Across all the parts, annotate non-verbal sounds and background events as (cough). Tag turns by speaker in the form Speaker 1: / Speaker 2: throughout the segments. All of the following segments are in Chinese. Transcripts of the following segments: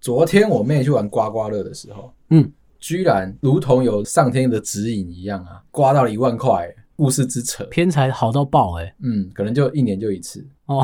Speaker 1: 昨天我妹去玩刮刮乐的时候，
Speaker 2: 嗯，
Speaker 1: 居然如同有上天的指引一样啊，刮到了一万块，故事之扯，
Speaker 2: 偏财好到爆哎、欸！
Speaker 1: 嗯，可能就一年就一次。 (laughs)
Speaker 2: (laughs) 哦，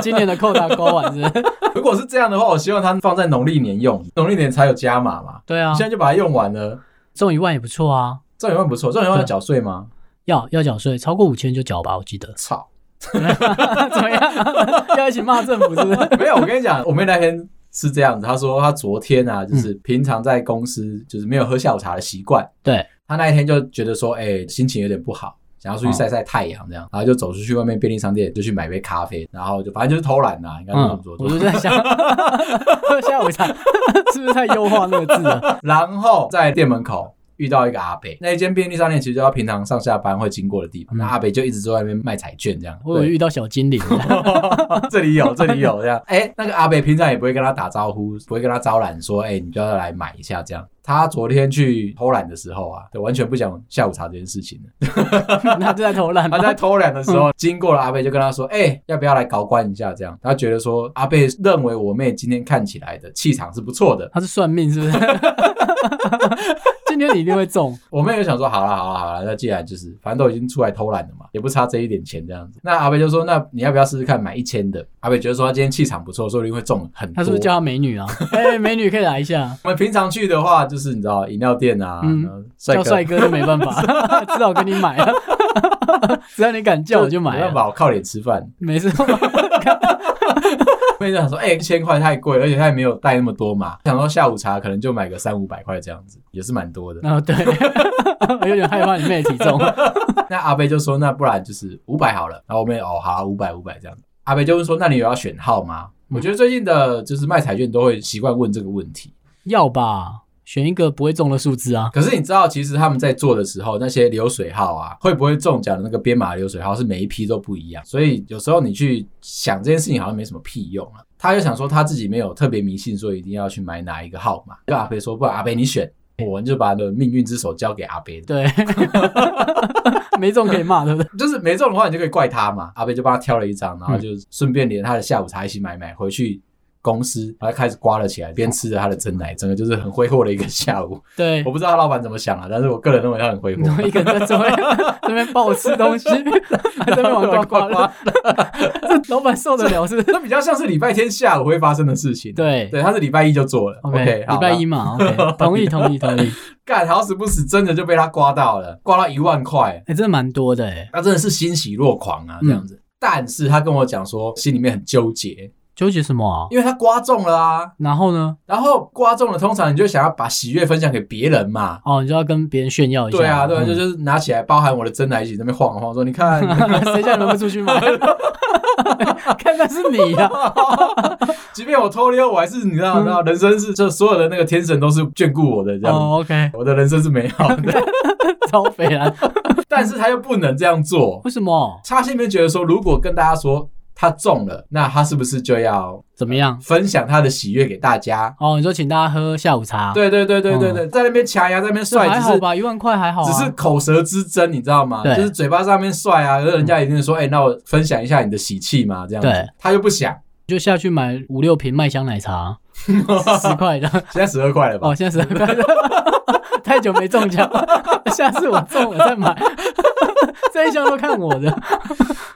Speaker 2: 今年的扣打勾完是不是
Speaker 1: 如果是这样的话，我希望它放在农历年用，农历年才有加码嘛。
Speaker 2: 对啊
Speaker 1: 你，现在就把它用完了，
Speaker 2: 中一万也不错啊。
Speaker 1: 这种用不错，这种用要缴税吗？。
Speaker 2: 要要缴税，超过五千就缴吧，我记得
Speaker 1: 操，
Speaker 2: (laughs) 怎么样？ (laughs) 要一起骂政府
Speaker 1: (laughs)
Speaker 2: 是不是？
Speaker 1: 没有，我跟你讲，我妹那天是这样子，她说她昨天啊，就是
Speaker 2: 嗯
Speaker 1: 平常在公司就是没有喝下午茶的习惯，
Speaker 2: 对，
Speaker 1: 她那一天就觉得说，哎、心情有点不好。想
Speaker 2: 哦
Speaker 1: 要出去晒晒太阳，这样，然后就走出去外面便利商店，就去买杯咖啡，然后就反正就是偷懒啊啦、应该是这么
Speaker 2: 嗯
Speaker 1: 说，。
Speaker 2: 我就在想， (laughs) 喝下午茶 (laughs) 是不是太优化那个字了？
Speaker 1: (laughs) 然后在店门口遇到一个阿北，那一间便利商店其实就他平常上下班会经过的地方。
Speaker 2: 嗯
Speaker 1: 那阿北就一直坐在那边卖彩券这样。
Speaker 2: 我有遇到小精灵， (laughs)
Speaker 1: 对 (laughs) 这里有，这里有这样。哎、那个阿北平常也不会跟他打招呼，不会跟他招揽说，哎、你就要来买一下这样。他昨天去偷懒的时候啊，对，完全不讲下午茶这件事情了。
Speaker 2: 那就在投篮
Speaker 1: 他
Speaker 2: 吧。
Speaker 1: 在偷懒的时候，经过了阿贝，就跟他说：“哎、要不要来搞关一下？”这样，他觉得说阿贝认为我妹今天看起来的气场是不错的，
Speaker 2: 他是算命是 (laughs) 不是？今天你一定会中，
Speaker 1: 我妹就想说，好啦好啦好啦，那既然就是反正都已经出来偷懒了嘛，也不差这一点钱这样子。那阿北就说，那你要不要试试看买一千的？阿北觉得说他今天气场不错，说不定会中很多。
Speaker 2: 他是不是叫她美女啊？哎、美女可以来一下，
Speaker 1: 我们平常去的话，就是你知道饮料店啊，
Speaker 2: 嗯
Speaker 1: 然后帅
Speaker 2: 叫
Speaker 1: 哥
Speaker 2: 帅哥就没办 (laughs) 法，只好跟你买了。 (laughs) 只要你敢叫，我就买啊
Speaker 1: 没办
Speaker 2: 了。
Speaker 1: 法，我靠脸吃饭。
Speaker 2: 没事， (laughs)
Speaker 1: 妹就想说，哎、一千块太贵，而且他也没有带那么多嘛，想说下午茶可能就买个三五百块这样子，也是蛮多的。
Speaker 2: 啊、对，我 (laughs) 有点害怕你妹的体重。
Speaker 1: 那阿贝就说，那不然就是五百好了。然后我们也哦，好，五百五百这样子。阿贝就问说，那你有要选号吗？
Speaker 2: 嗯
Speaker 1: 我觉得最近的就是卖彩券都会习惯问这个问题。
Speaker 2: (laughs) 要吧，选一个不会中的数字啊。
Speaker 1: 可是你知道，其实他们在做的时候，那些流水号啊，会不会中奖的那个编码流水号是每一批都不一样，所以有时候你去想这件事情好像没什么屁用啊。他就想说他自己没有特别迷信，说一定要去买哪一个号码。跟阿北说，不然阿北你选，我们就把那个命运之手交给阿北。
Speaker 2: (laughs) 对，没中可以骂，对不对？
Speaker 1: 就是没中的话，你就可以怪他嘛。阿北就帮他挑了一张，然后就顺便连他的下午茶一起买买回去公司，然后开始刮了起来，边吃着他的蒸奶，整个就是很挥霍的一个下午。
Speaker 2: 对
Speaker 1: 我，不知道他老板怎么想啊，但是我个人认为他很挥霍。
Speaker 2: 一个人在这 (laughs) 边这边帮我吃 (laughs) 东西，还在那边玩刮刮乐，， (laughs) 这老板受得了是不
Speaker 1: (laughs)
Speaker 2: 是？
Speaker 1: 那比较像是礼拜天下午会发生的事情。
Speaker 2: (laughs) 对
Speaker 1: 对，他是礼拜一就做了。
Speaker 2: ，OK，
Speaker 1: 好
Speaker 2: 礼拜一嘛，OK，同 (laughs) 意同意同意。
Speaker 1: 干，好死不死，真的就被他刮到了，刮到一万块，
Speaker 2: 哎、真的蛮多的哎，
Speaker 1: 他真的是欣喜若狂
Speaker 2: 嗯
Speaker 1: 啊，这样子。但是他跟我讲说，心里面很纠结，
Speaker 2: 纠结什么啊？
Speaker 1: 因为他刮中了啊。
Speaker 2: 然后呢？
Speaker 1: 然后刮中了，通常你就想要把喜悦分享给别人嘛。
Speaker 2: 哦，你就要跟别人炫耀一下。
Speaker 1: 对啊，对啊，
Speaker 2: 嗯
Speaker 1: 就就是拿起来，包含我的真奶一起在那边晃啊晃，说你
Speaker 2: (laughs)
Speaker 1: 看， (laughs)
Speaker 2: 嗯谁叫你们不出去买？ (laughs) 看那是你啊呀、
Speaker 1: 即便我偷溜，我还是你知道，
Speaker 2: 嗯
Speaker 1: 你知道，人生是就所有的那个天神都是眷顾我的这样子。
Speaker 2: 哦，OK， (laughs)
Speaker 1: 我的人生是美好的，
Speaker 2: 超肥啊！
Speaker 1: 但是他又不能这样做。
Speaker 2: 为什么？
Speaker 1: 他心里面觉得说，如果跟大家说他中了，那他是不是就要
Speaker 2: 怎么样？
Speaker 1: 分享他的喜悦给大家？
Speaker 2: 哦，你说请大家喝下午茶，，
Speaker 1: 对对对对对对，在那边掐牙，在那边
Speaker 2: 哦这
Speaker 1: 帅，
Speaker 2: 还
Speaker 1: 只
Speaker 2: 好
Speaker 1: 是
Speaker 2: 吧？一万块还好、啊，
Speaker 1: 只是口舌之争，你知道吗？
Speaker 2: 对嗯
Speaker 1: 就是嘴巴上面帅啊，可是人家一定说，哎、那我分享一下你的喜气嘛，这样子。
Speaker 2: 对，
Speaker 1: 他又不想，
Speaker 2: 就下去买五六瓶麦香奶
Speaker 1: (laughs)
Speaker 2: 茶，十块的。
Speaker 1: 现在十二块了吧？
Speaker 2: 哦，现在十块 (laughs) 的，太久没中奖， (laughs) 下次我中了再买。 (laughs) 这一箱都看我的，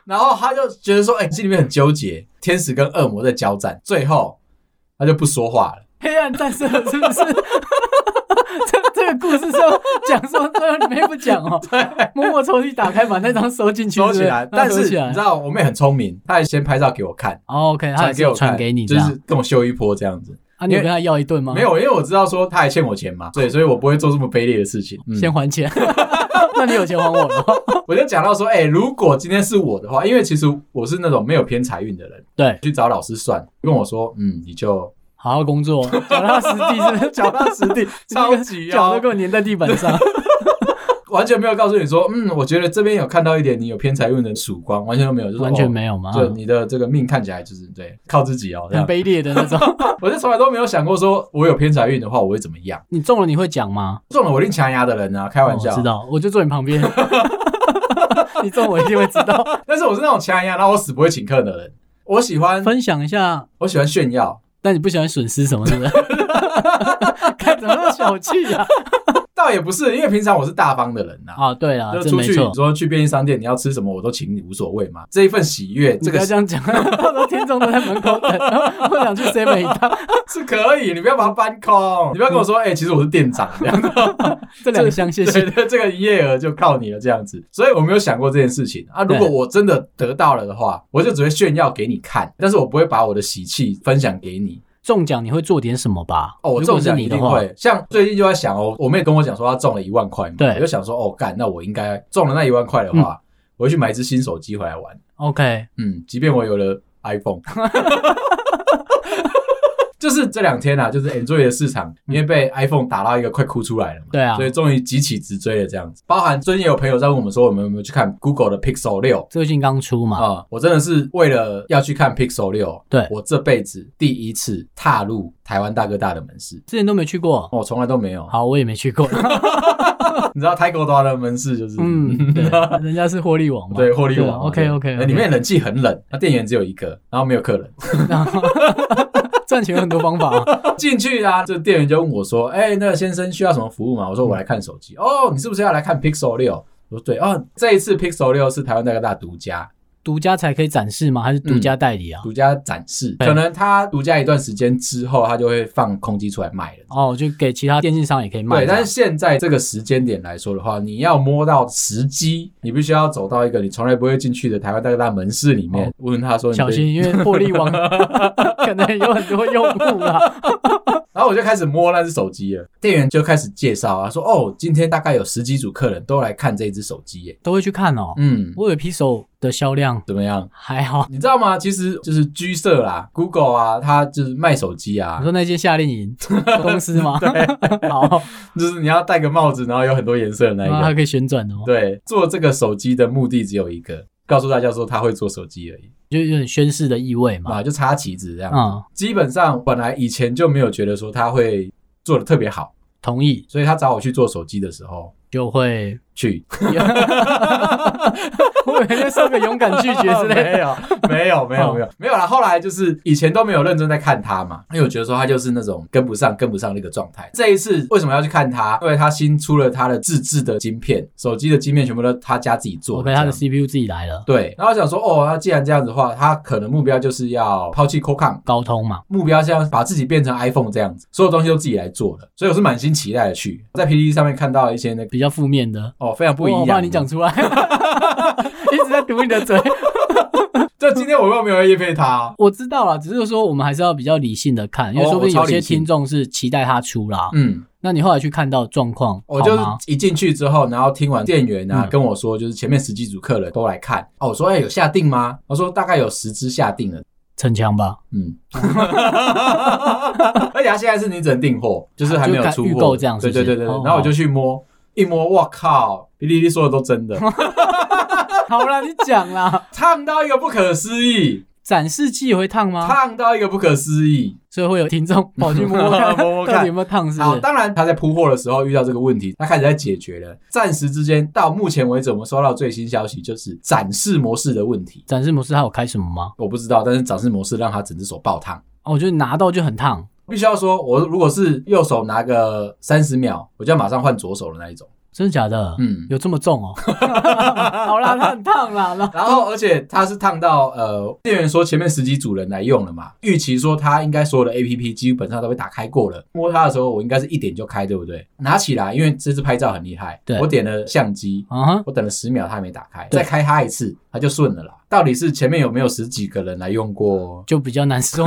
Speaker 1: 然后他就觉得说，哎、心里面很纠结，天使跟恶魔在交战，最后他就不说话了。
Speaker 2: 黑暗战士了是不 (laughs) 是？这这个故事是要讲说，最后你妹不讲
Speaker 1: (laughs)
Speaker 2: 哦，默默抽屉打开，把那张收进去，
Speaker 1: 收
Speaker 2: 是
Speaker 1: 起
Speaker 2: 不是
Speaker 1: 来，但
Speaker 2: 收
Speaker 1: 是
Speaker 2: 起来
Speaker 1: 你知道我妹很聪明，她还先拍照给我看，
Speaker 2: 哦，OK，他也是
Speaker 1: 给我
Speaker 2: 有
Speaker 1: 看，
Speaker 2: 传给你这
Speaker 1: 就
Speaker 2: 样，
Speaker 1: 是跟我秀一波这样子。
Speaker 2: 啊，你有跟他要一顿吗？
Speaker 1: 没，有，因为我知道说她还欠我钱嘛，对，所以我不会做这么卑劣的事情。嗯
Speaker 2: 先还钱。 (laughs) 那你有钱还我吗？
Speaker 1: (laughs) 我就讲到说，哎、如果今天是我的话，因为其实我是那种没有偏财运的人，
Speaker 2: 对，
Speaker 1: 去找老师算，跟我说，嗯，你就
Speaker 2: 好好
Speaker 1: (laughs)
Speaker 2: 工作，脚踏实地是不 (laughs) 是
Speaker 1: 脚踏实地，超级
Speaker 2: 脚
Speaker 1: 哦
Speaker 2: 都给，我粘在地板上。
Speaker 1: 完全没有告诉你说，嗯，我觉得这边有看到一点你有偏财运的曙光， (laughs) 完全都没有，就是
Speaker 2: 完全、没有吗
Speaker 1: 哦，？对，你的这个命看起来就是对，靠自己哦，这
Speaker 2: 很
Speaker 1: 样，
Speaker 2: 卑劣的那
Speaker 1: (laughs)
Speaker 2: 种。
Speaker 1: 我就从来都没有想过说我有偏财运的话我会怎么样，
Speaker 2: 你中了你会讲吗？
Speaker 1: 中了我一定强牙的人啊，开玩笑，
Speaker 2: 哦我知道，我就坐你
Speaker 1: (laughs)
Speaker 2: 旁边。你中我一定会知道。
Speaker 1: 但是我是那种强牙，然后我死不会请客的人，我喜欢
Speaker 2: 分享一下
Speaker 1: 我喜欢炫耀，
Speaker 2: 但你不喜欢损失什么，
Speaker 1: (laughs)
Speaker 2: 是不是？看怎么那么小气啊！
Speaker 1: 倒也不是，因为平常我是大方的人呐、
Speaker 2: 啊，对啊，
Speaker 1: 就
Speaker 2: 这
Speaker 1: 出
Speaker 2: 没
Speaker 1: 去
Speaker 2: 错
Speaker 1: 你。说去便利商店，你要吃什么我都请你，无所谓嘛。这一份喜悦，
Speaker 2: 你
Speaker 1: 这
Speaker 2: 不
Speaker 1: 个
Speaker 2: 要
Speaker 1: 是
Speaker 2: 这样讲，
Speaker 1: (laughs)
Speaker 2: 到时候听众都在门口等，然后我想去 seven 一趟，
Speaker 1: (laughs) 是可以，你不要把它搬空，你不要跟我说，哎、其实我是店长
Speaker 2: (laughs)
Speaker 1: 这样子，
Speaker 2: 这两箱谢
Speaker 1: 对
Speaker 2: 谢。
Speaker 1: (laughs) 对，这个营业额就靠你了这样子。所以我没有想过这件事情啊。如
Speaker 2: 对
Speaker 1: 果我真的得到了的话，我就只会炫耀给你看，但是我不会把我的喜气分享给你。
Speaker 2: 中奖你会做点什么吧？
Speaker 1: 哦，我
Speaker 2: 如
Speaker 1: 中
Speaker 2: 果是
Speaker 1: 奖
Speaker 2: 你
Speaker 1: 一
Speaker 2: 的
Speaker 1: 定
Speaker 2: 话，
Speaker 1: 会。像最近就在想哦，我妹跟我讲说她中了一万块嘛，
Speaker 2: 对嗯
Speaker 1: 我就想说哦，干，那我应该中了那一万块的话，我会去买一只新手机回来玩。
Speaker 2: OK，
Speaker 1: 嗯，即便我有了 iPhone，就是这两天啊，就是 Android 的市场，因为被 iPhone 打到一个快哭出来了嘛，
Speaker 2: 对啊
Speaker 1: 所以终于急起直追了这样子。包含最近有朋友在问我们说，我们有没有去看 Google 的 Pixel 六？
Speaker 2: 最近刚出嘛，
Speaker 1: 啊、我真的是为了要去看 Pixel 六，
Speaker 2: 对
Speaker 1: 我这辈子第一次踏入台湾大哥大的门市，
Speaker 2: 之前都没去过。
Speaker 1: 我哦从来都没有。
Speaker 2: 好，我也没去过。
Speaker 1: (laughs) 你知道泰国大的门市就是，
Speaker 2: 嗯，啊对，人家是获利王嘛。
Speaker 1: (laughs) 对，获利网。
Speaker 2: OK OK，
Speaker 1: 那里面冷气很冷，那店员只有一个，然后没有客人。 (laughs)
Speaker 2: 赚钱有很多方法啊。
Speaker 1: 进去啊，这店员就问我说：“哎、那个先生需要什么服务吗？”我说：“我来看手机。哦，你是不是要来看 Pixel 六？我说：“对。哦，这一次 Pixel 六是台湾大哥大独家
Speaker 2: 独家才可以展示吗？还是独家代理啊？
Speaker 1: 独家展示，
Speaker 2: 对
Speaker 1: 可能它独家一段时间之后，它就会放空机出来卖了。”
Speaker 2: 哦，就给其他电信商也可以卖
Speaker 1: 对，
Speaker 2: 这样。
Speaker 1: 但是现在这个时间点来说的话，你要摸到时机，你必须要走到一个你从来不会进去的台湾大哥大门市里面，
Speaker 2: 哦
Speaker 1: 问问他说你
Speaker 2: 小
Speaker 1: 对
Speaker 2: 心，因为获利王 (laughs) 可能有很多用户啦。
Speaker 1: 然后我就开始摸那只手机了，店员就开始介绍啊，说哦，今天大概有十几组客人都来看这只手机耶。
Speaker 2: 都会去看哦。
Speaker 1: 嗯，
Speaker 2: 我有 Pixel 的销量
Speaker 1: 怎么样？
Speaker 2: 还好。
Speaker 1: 你知道吗？其实就是居社啦，Google 啊，它就是卖手机啊
Speaker 2: 你，说那些夏令营公司
Speaker 1: (laughs)
Speaker 2: 吗？ (laughs) 好，
Speaker 1: 就是你要戴个帽子，然后有很多颜色的那一
Speaker 2: 那
Speaker 1: 个。
Speaker 2: 还可以旋转的哦，
Speaker 1: 对，做这个手机的目的只有一个，告诉大家说他会做手机而已，
Speaker 2: 就有点宣誓的意味嘛。
Speaker 1: 啊，就插旗子这样。
Speaker 2: 嗯，
Speaker 1: 基本上本来以前就没有觉得说他会做的特别好，
Speaker 2: 同意
Speaker 1: 所以他找我去做手机的时候
Speaker 2: 就会。
Speaker 1: 去
Speaker 2: 我每天说个勇敢 (laughs) 拒绝之类的。
Speaker 1: 没有，没有，没
Speaker 2: 哦
Speaker 1: 有，没有，没有啦。后来就是以前都没有认真在看他嘛，因为我觉得说他就是那种跟不上、跟不上那个状态。这一次为什么要去看他？因为他新出了他的自制的晶片，手机的晶片全部都他家自己做
Speaker 2: 哦 OK，他的
Speaker 1: 这样
Speaker 2: CPU 自己来了，
Speaker 1: 对，然后我想说，哦，那既然这样子的话，他可能目标就是要抛弃 Qualcomm，
Speaker 2: 高通嘛。
Speaker 1: 目标是要把自己变成 iPhone 这样子，所有东西都自己来做的，所以我是满心期待的去。在 PPT 上面看到一些那个
Speaker 2: 比较负面的，
Speaker 1: 哦，非常不一
Speaker 2: 我
Speaker 1: 样。
Speaker 2: 好怕你讲，出来，一直在堵你的嘴。
Speaker 1: 这今天我又没有要叶配他
Speaker 2: (laughs)
Speaker 1: 哦、
Speaker 2: 我知道了，只是说我们还是要比较理性的看，因为
Speaker 1: 哦
Speaker 2: 说不定
Speaker 1: 我
Speaker 2: 有
Speaker 1: 超
Speaker 2: 些
Speaker 1: 理性
Speaker 2: 听众是期待他出啦。
Speaker 1: 嗯。
Speaker 2: 那你后来去看到状况，
Speaker 1: 我哦就
Speaker 2: 好吗
Speaker 1: 一进去之后，然后听完店员啊、
Speaker 2: 嗯
Speaker 1: 跟我说，就是前面十几组客人都来看。哦，我说哎、有下定吗？他说大概有十只下定了。
Speaker 2: 逞强吧，
Speaker 1: 嗯， (laughs) 而且他现在是你只能订货，就是还没有出
Speaker 2: 啊就看预
Speaker 1: 货
Speaker 2: 购这样
Speaker 1: 对
Speaker 2: 是不是
Speaker 1: 对对对，对
Speaker 2: 哦
Speaker 1: 然后我就去摸，一摸，我靠，哔哩哔哩说的都真
Speaker 2: 哦
Speaker 1: 的，
Speaker 2: 好啦，你讲啦，
Speaker 1: 烫到一个不可思议，
Speaker 2: 展示器也会烫吗？
Speaker 1: 烫到一个不可思议。
Speaker 2: 所以会有听众跑去摸
Speaker 1: 摸摸看
Speaker 2: 到底有没有烫，是不
Speaker 1: 好，
Speaker 2: 是？
Speaker 1: 当然他在铺货的时候遇到这个问题，他开始在解决了。暂时之间，到目前为止，我们收到最新消息就是展示模式的问题。
Speaker 2: 展示模式还有开什么吗？
Speaker 1: 我不知道，但是展示模式让他整只手爆烫。
Speaker 2: 哦，我觉得拿到就很烫，
Speaker 1: 必须要说，我如果是右手拿个三十秒，我就要马上换左手的那一种。
Speaker 2: 真的假的？
Speaker 1: 嗯，
Speaker 2: 有这
Speaker 1: (laughs)
Speaker 2: 么重哦？好啦，它很烫啦，那
Speaker 1: 然后而且他是烫到呃，店员说前面十几组人来用了嘛，预期说他应该所有的 A P P 基本上都被打开过了。摸它的时候，我应该是一点就开，对不对？拿起来，因为这次拍照很厉害，
Speaker 2: 对
Speaker 1: 我点了相机，
Speaker 2: 啊哈，
Speaker 1: 我等了十秒，它还没打开，
Speaker 2: 对
Speaker 1: 再开它一次，它就顺了啦。到底是前面有没有十几个人来用过？ (laughs)
Speaker 2: 就比较难受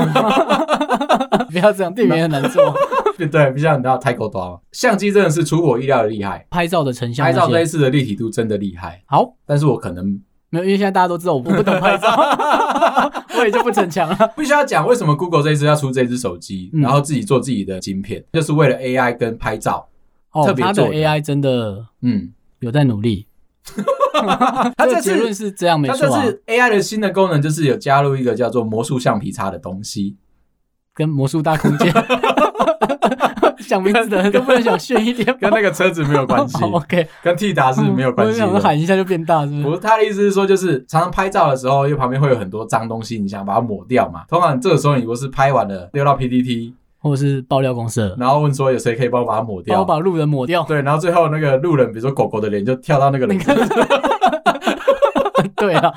Speaker 2: 嘛不要这样，店员也很难做。
Speaker 1: 对，不像你知道太高端了，相机真的是出乎我意料的厉害。
Speaker 2: 拍照的成像
Speaker 1: 拍照
Speaker 2: 那
Speaker 1: 这一
Speaker 2: 些。
Speaker 1: 次的立体度真的厉害，
Speaker 2: 好，
Speaker 1: 但是我可能
Speaker 2: 没有，因为现在大家都知道我不不懂拍照，
Speaker 1: (laughs)
Speaker 2: 我也就不逞强了。
Speaker 1: 必须要讲为什么 Google 这一次要出这只手机，
Speaker 2: 嗯
Speaker 1: 然后自己做自己的晶片，就是为了 AI 跟拍照。
Speaker 2: 哦，
Speaker 1: 特别
Speaker 2: 他的
Speaker 1: 做的
Speaker 2: AI 真的
Speaker 1: 嗯，有
Speaker 2: 有在努力。
Speaker 1: 它
Speaker 2: 这
Speaker 1: 这
Speaker 2: 个结
Speaker 1: 次
Speaker 2: 论是这样没
Speaker 1: 它这
Speaker 2: 错啊，
Speaker 1: 次 AI 的新的功能就是有加入一个叫做魔术橡皮擦的东西， (laughs)
Speaker 2: 跟魔术大空间想名字的人都不能想炫一点吗？
Speaker 1: 跟那个车子没有关系，
Speaker 2: o k
Speaker 1: (laughs) 跟 T 达是没有关系
Speaker 2: 我想说
Speaker 1: 的。
Speaker 2: 喊一下就变大，是不
Speaker 1: 不
Speaker 2: 是？
Speaker 1: 是他的意思是说，就是常常拍照的时候，因为旁边会有很多脏东西，你想把它抹掉嘛。通常这个时候，你如果是拍完了溜到 PPT，
Speaker 2: 或者是爆料公社，
Speaker 1: 然后问说有谁可以帮我把它抹
Speaker 2: 帮
Speaker 1: 掉
Speaker 2: 我，把路人抹
Speaker 1: (laughs)
Speaker 2: 掉。
Speaker 1: 对，然后最后那个路人，比如说狗狗的脸就跳到那个人，
Speaker 2: (laughs) 对啊，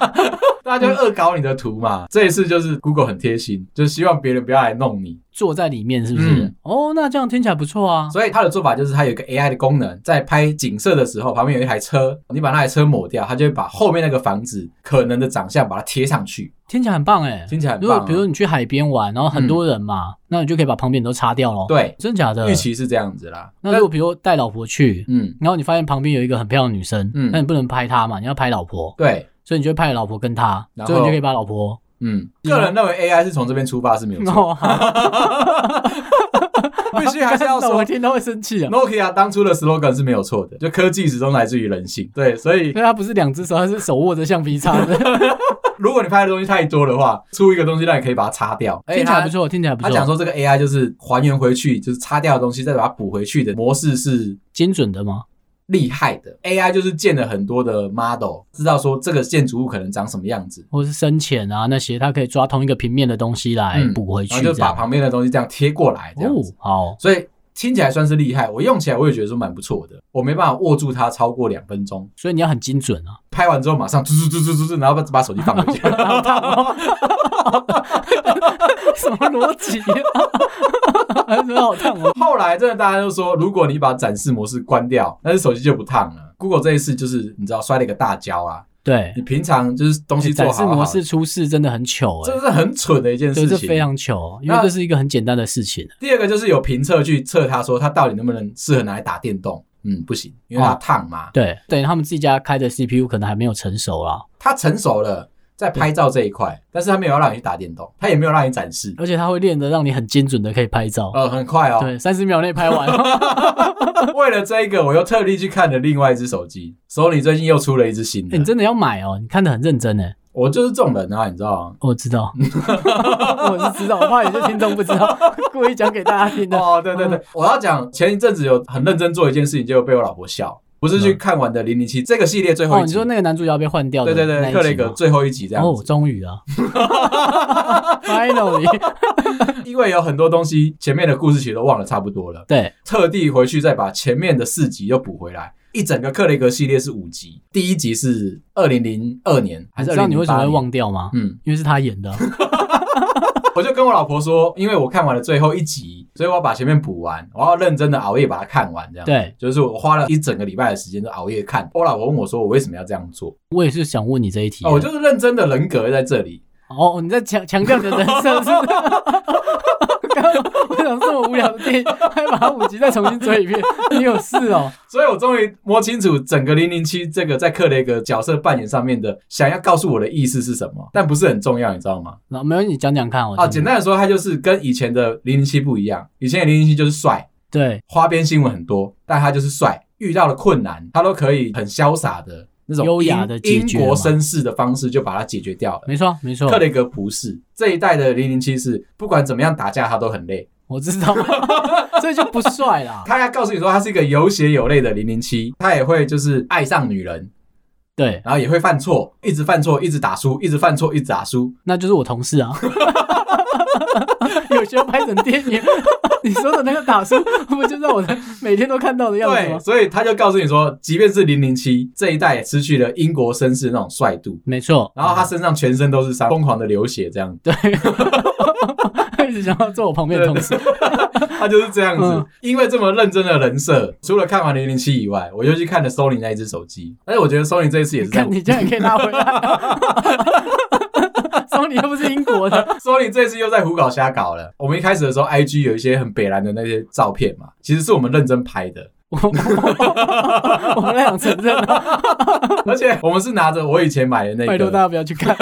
Speaker 1: 大家就恶搞你的图嘛。这一次就是 Google 很贴心，就是希望别人不要来弄你，
Speaker 2: 坐在里面是不是
Speaker 1: 嗯？
Speaker 2: 哦，那这样听起来不错啊。
Speaker 1: 所以它的做法就是它有一个 AI 的功能，在拍景色的时候，旁边有一台车，你把那台车抹掉，它就会把后面那个房子可能的长相把它贴上去，
Speaker 2: 听起来很棒哎、
Speaker 1: 听起来很
Speaker 2: 如果
Speaker 1: 棒、啊。嗯
Speaker 2: 比如你去海边玩，然后很多人嘛，那你就可以把旁边人都擦掉咯。，
Speaker 1: 对，
Speaker 2: 真假的
Speaker 1: 预？期是这样子啦。
Speaker 2: 那如果比如带老婆去，
Speaker 1: 嗯，
Speaker 2: 然后你发现旁边有一个很漂亮的女生，
Speaker 1: 嗯
Speaker 2: 那你不能拍她嘛，你要拍老婆，
Speaker 1: 对，
Speaker 2: 所以你就会拍老婆跟她，
Speaker 1: 然后
Speaker 2: 最后你就可以把老婆。
Speaker 1: 嗯，个人认为 AI 是从这边出发是没有错。
Speaker 2: 哦，好
Speaker 1: (laughs) 必须还是要
Speaker 2: 我
Speaker 1: 说
Speaker 2: 听到会生气啊。
Speaker 1: ，Nokia 当初的 slogan 是没有错的，就科技始终来自于人性。对，所以
Speaker 2: 因为她不是两只手，她是手握着橡皮擦
Speaker 1: (laughs)
Speaker 2: 的，
Speaker 1: 如果你拍的东西太多的话，出一个东西让你可以把它擦掉。
Speaker 2: 听起来不错，听起来不
Speaker 1: 他哎讲
Speaker 2: 错，
Speaker 1: 说这个 AI 就是还原回去，就是擦掉的东西再把它补回去的模式是
Speaker 2: 精准的吗？
Speaker 1: 厉害的。AI 就是建了很多的 model，知道说这个建筑物可能长什么样子，
Speaker 2: 或是深浅啊那些，它可以抓同一个平面的东西来
Speaker 1: 嗯
Speaker 2: 补回去
Speaker 1: 然，后
Speaker 2: 这
Speaker 1: 就把
Speaker 2: 样。
Speaker 1: 旁边的东西这样贴过来，这样
Speaker 2: 哦
Speaker 1: 子。，
Speaker 2: 好，
Speaker 1: 所以听起来算是厉害，我用起来我也觉得说蛮不错的。我没办法握住它超过两分钟，
Speaker 2: 所以你要很精准
Speaker 1: (laughs)
Speaker 2: 啊，
Speaker 1: 拍完之后马上嘟嘟嘟嘟嘟嘟，然后把把手机放回
Speaker 2: (laughs)
Speaker 1: 去。 (laughs)
Speaker 2: 什么逻辑啊？ (laughs) 很好烫哦。
Speaker 1: 后来真的大家就说，如果你把展示模式关掉，但是手机就不烫了。Google 这一次就是你知道摔了一个大跤啊！
Speaker 2: 对
Speaker 1: 你，平常就是 (laughs) 东西做
Speaker 2: 展
Speaker 1: 好
Speaker 2: 示
Speaker 1: 好的
Speaker 2: 模式出事真的很糗哎、
Speaker 1: 这是很蠢的一件
Speaker 2: 对，
Speaker 1: 事
Speaker 2: 这
Speaker 1: 情。
Speaker 2: 非常糗，哦因为
Speaker 1: 那
Speaker 2: 这是一个很简单的事情。啊
Speaker 1: 第二个就是有评测去测它，说它到底能不能适合拿来打电动。嗯，不行，因为它烫嘛，
Speaker 2: 对，等于他们自己家开的 CPU 可能还没有成熟啦，
Speaker 1: 它成熟了。在拍照这一块，但是它没有让你去打电动，它也没有让你展示，
Speaker 2: 而且它会练得让你很精准的可以拍照。
Speaker 1: 呃，很快哦。
Speaker 2: 对，三十秒内拍完， (laughs) 欸
Speaker 1: (laughs) 为了这一个，我又特地去看了另外一只手机，Sony 最近又出了一只新的。
Speaker 2: 欸你真的要买哦！你看得很认真哎，
Speaker 1: 我就是这种人啊，你知道吗？
Speaker 2: 我知道， (laughs) 我是知道，我怕有些听众不知道，故意讲给大家听的。嗯
Speaker 1: 哦，对对对，我要讲前一阵子有很认真做一件事情，结果被我老婆笑，不是去看完的《零零七》这个系列最后
Speaker 2: 嗯哦，
Speaker 1: 一
Speaker 2: 你
Speaker 1: 集，
Speaker 2: 说那个男主角被换掉的
Speaker 1: 对对
Speaker 2: 那
Speaker 1: 对，
Speaker 2: 一
Speaker 1: 克雷
Speaker 2: 集
Speaker 1: 格
Speaker 2: 吗
Speaker 1: 最后一集这样
Speaker 2: 哦，
Speaker 1: 子，
Speaker 2: 终于
Speaker 1: (laughs)
Speaker 2: 啊，finally，
Speaker 1: 因为有很多东西前面的故事其实都忘了差不多了，
Speaker 2: 对，
Speaker 1: 特地回去再把前面的四集又补回来。一整个克雷格系列是五集，第一集是二零零二年还
Speaker 2: 你
Speaker 1: 是
Speaker 2: 知
Speaker 1: 二
Speaker 2: 道
Speaker 1: 零
Speaker 2: 你
Speaker 1: 零
Speaker 2: 为什
Speaker 1: 八
Speaker 2: 么会
Speaker 1: 年？
Speaker 2: 忘掉吗？
Speaker 1: 嗯，
Speaker 2: 因为是他
Speaker 1: (laughs)
Speaker 2: 演的啊，
Speaker 1: 我就跟我老婆说，因为我看完了最后一集，所以我要把前面补完，我要认真的熬夜把它看完，这样。，
Speaker 2: 对。
Speaker 1: 就是我花了一整个礼拜的时间都熬夜看。我老婆问我说，我为什么要这样做？
Speaker 2: 我也是想问你这一题。
Speaker 1: 哦，我就是认真的人格在这里。
Speaker 2: 哦，你在强强调你的人设是 (laughs) 不是？刚刚我想这么无聊的电影，还把它五集再重新追一遍，你有事哦？
Speaker 1: 所以我终于摸清楚整个零零七这个在克雷格角色扮演上面的想要告诉我的意思是什么，但不是很重要，你知道吗？
Speaker 2: 然后没有你讲讲看，我
Speaker 1: 啊，
Speaker 2: 听
Speaker 1: 简
Speaker 2: 听
Speaker 1: 单的说，它就是跟以前的零零七不一样，以前的零零七就是帅，
Speaker 2: 对
Speaker 1: 花边新闻很多，但他就是帅，遇到了困难他都可以很潇洒的那种
Speaker 2: 优雅
Speaker 1: 英
Speaker 2: 地解
Speaker 1: 英
Speaker 2: 决
Speaker 1: 国
Speaker 2: 嘛
Speaker 1: 绅士的方式就把它解决掉了。
Speaker 2: 没错没错
Speaker 1: 克，雷格不是这一代的零零七是不管怎么样打架他都很累，
Speaker 2: 我知道， (laughs) 所以就不帅啦。
Speaker 1: 他要告诉你说他是一个有血有泪的零零七，他也会就是爱上女人，
Speaker 2: 对，
Speaker 1: 然后也会犯错，一直犯错，一直打输，一直犯错，一直打输。
Speaker 2: 那就是我同事啊。 (laughs) 有需要拍成电影？ (laughs) 你说的那个打书，不就是我的每天都看到的样子
Speaker 1: 对，
Speaker 2: 吗？
Speaker 1: 所以他就告诉你说，即便是零零七这一代也失去了英国绅士那种帅度，
Speaker 2: 没错，
Speaker 1: 然后他身上全身都是伤，疯狂的流血，这样
Speaker 2: (laughs) 一直想要坐我旁边的同事，
Speaker 1: 他就是这样子
Speaker 2: 嗯。
Speaker 1: 因为这么认真的人设，除了看完零零七以外，我就去看了 Sony 那一只手机。而且我觉得 Sony 这一次也是这
Speaker 2: 看
Speaker 1: 样
Speaker 2: 你这样也可以拉回来。 (laughs) 说你又不是英国的，
Speaker 1: ，Sony 这一次又在胡搞瞎搞了。我们一开始的时候，IG 有一些很北蓝的那些照片嘛，其实是我们认真拍
Speaker 2: (laughs)
Speaker 1: 的。
Speaker 2: 我们俩承认了，
Speaker 1: 而且我们是拿着我以前买的那
Speaker 2: 拜托
Speaker 1: 个，
Speaker 2: 大家不要去看，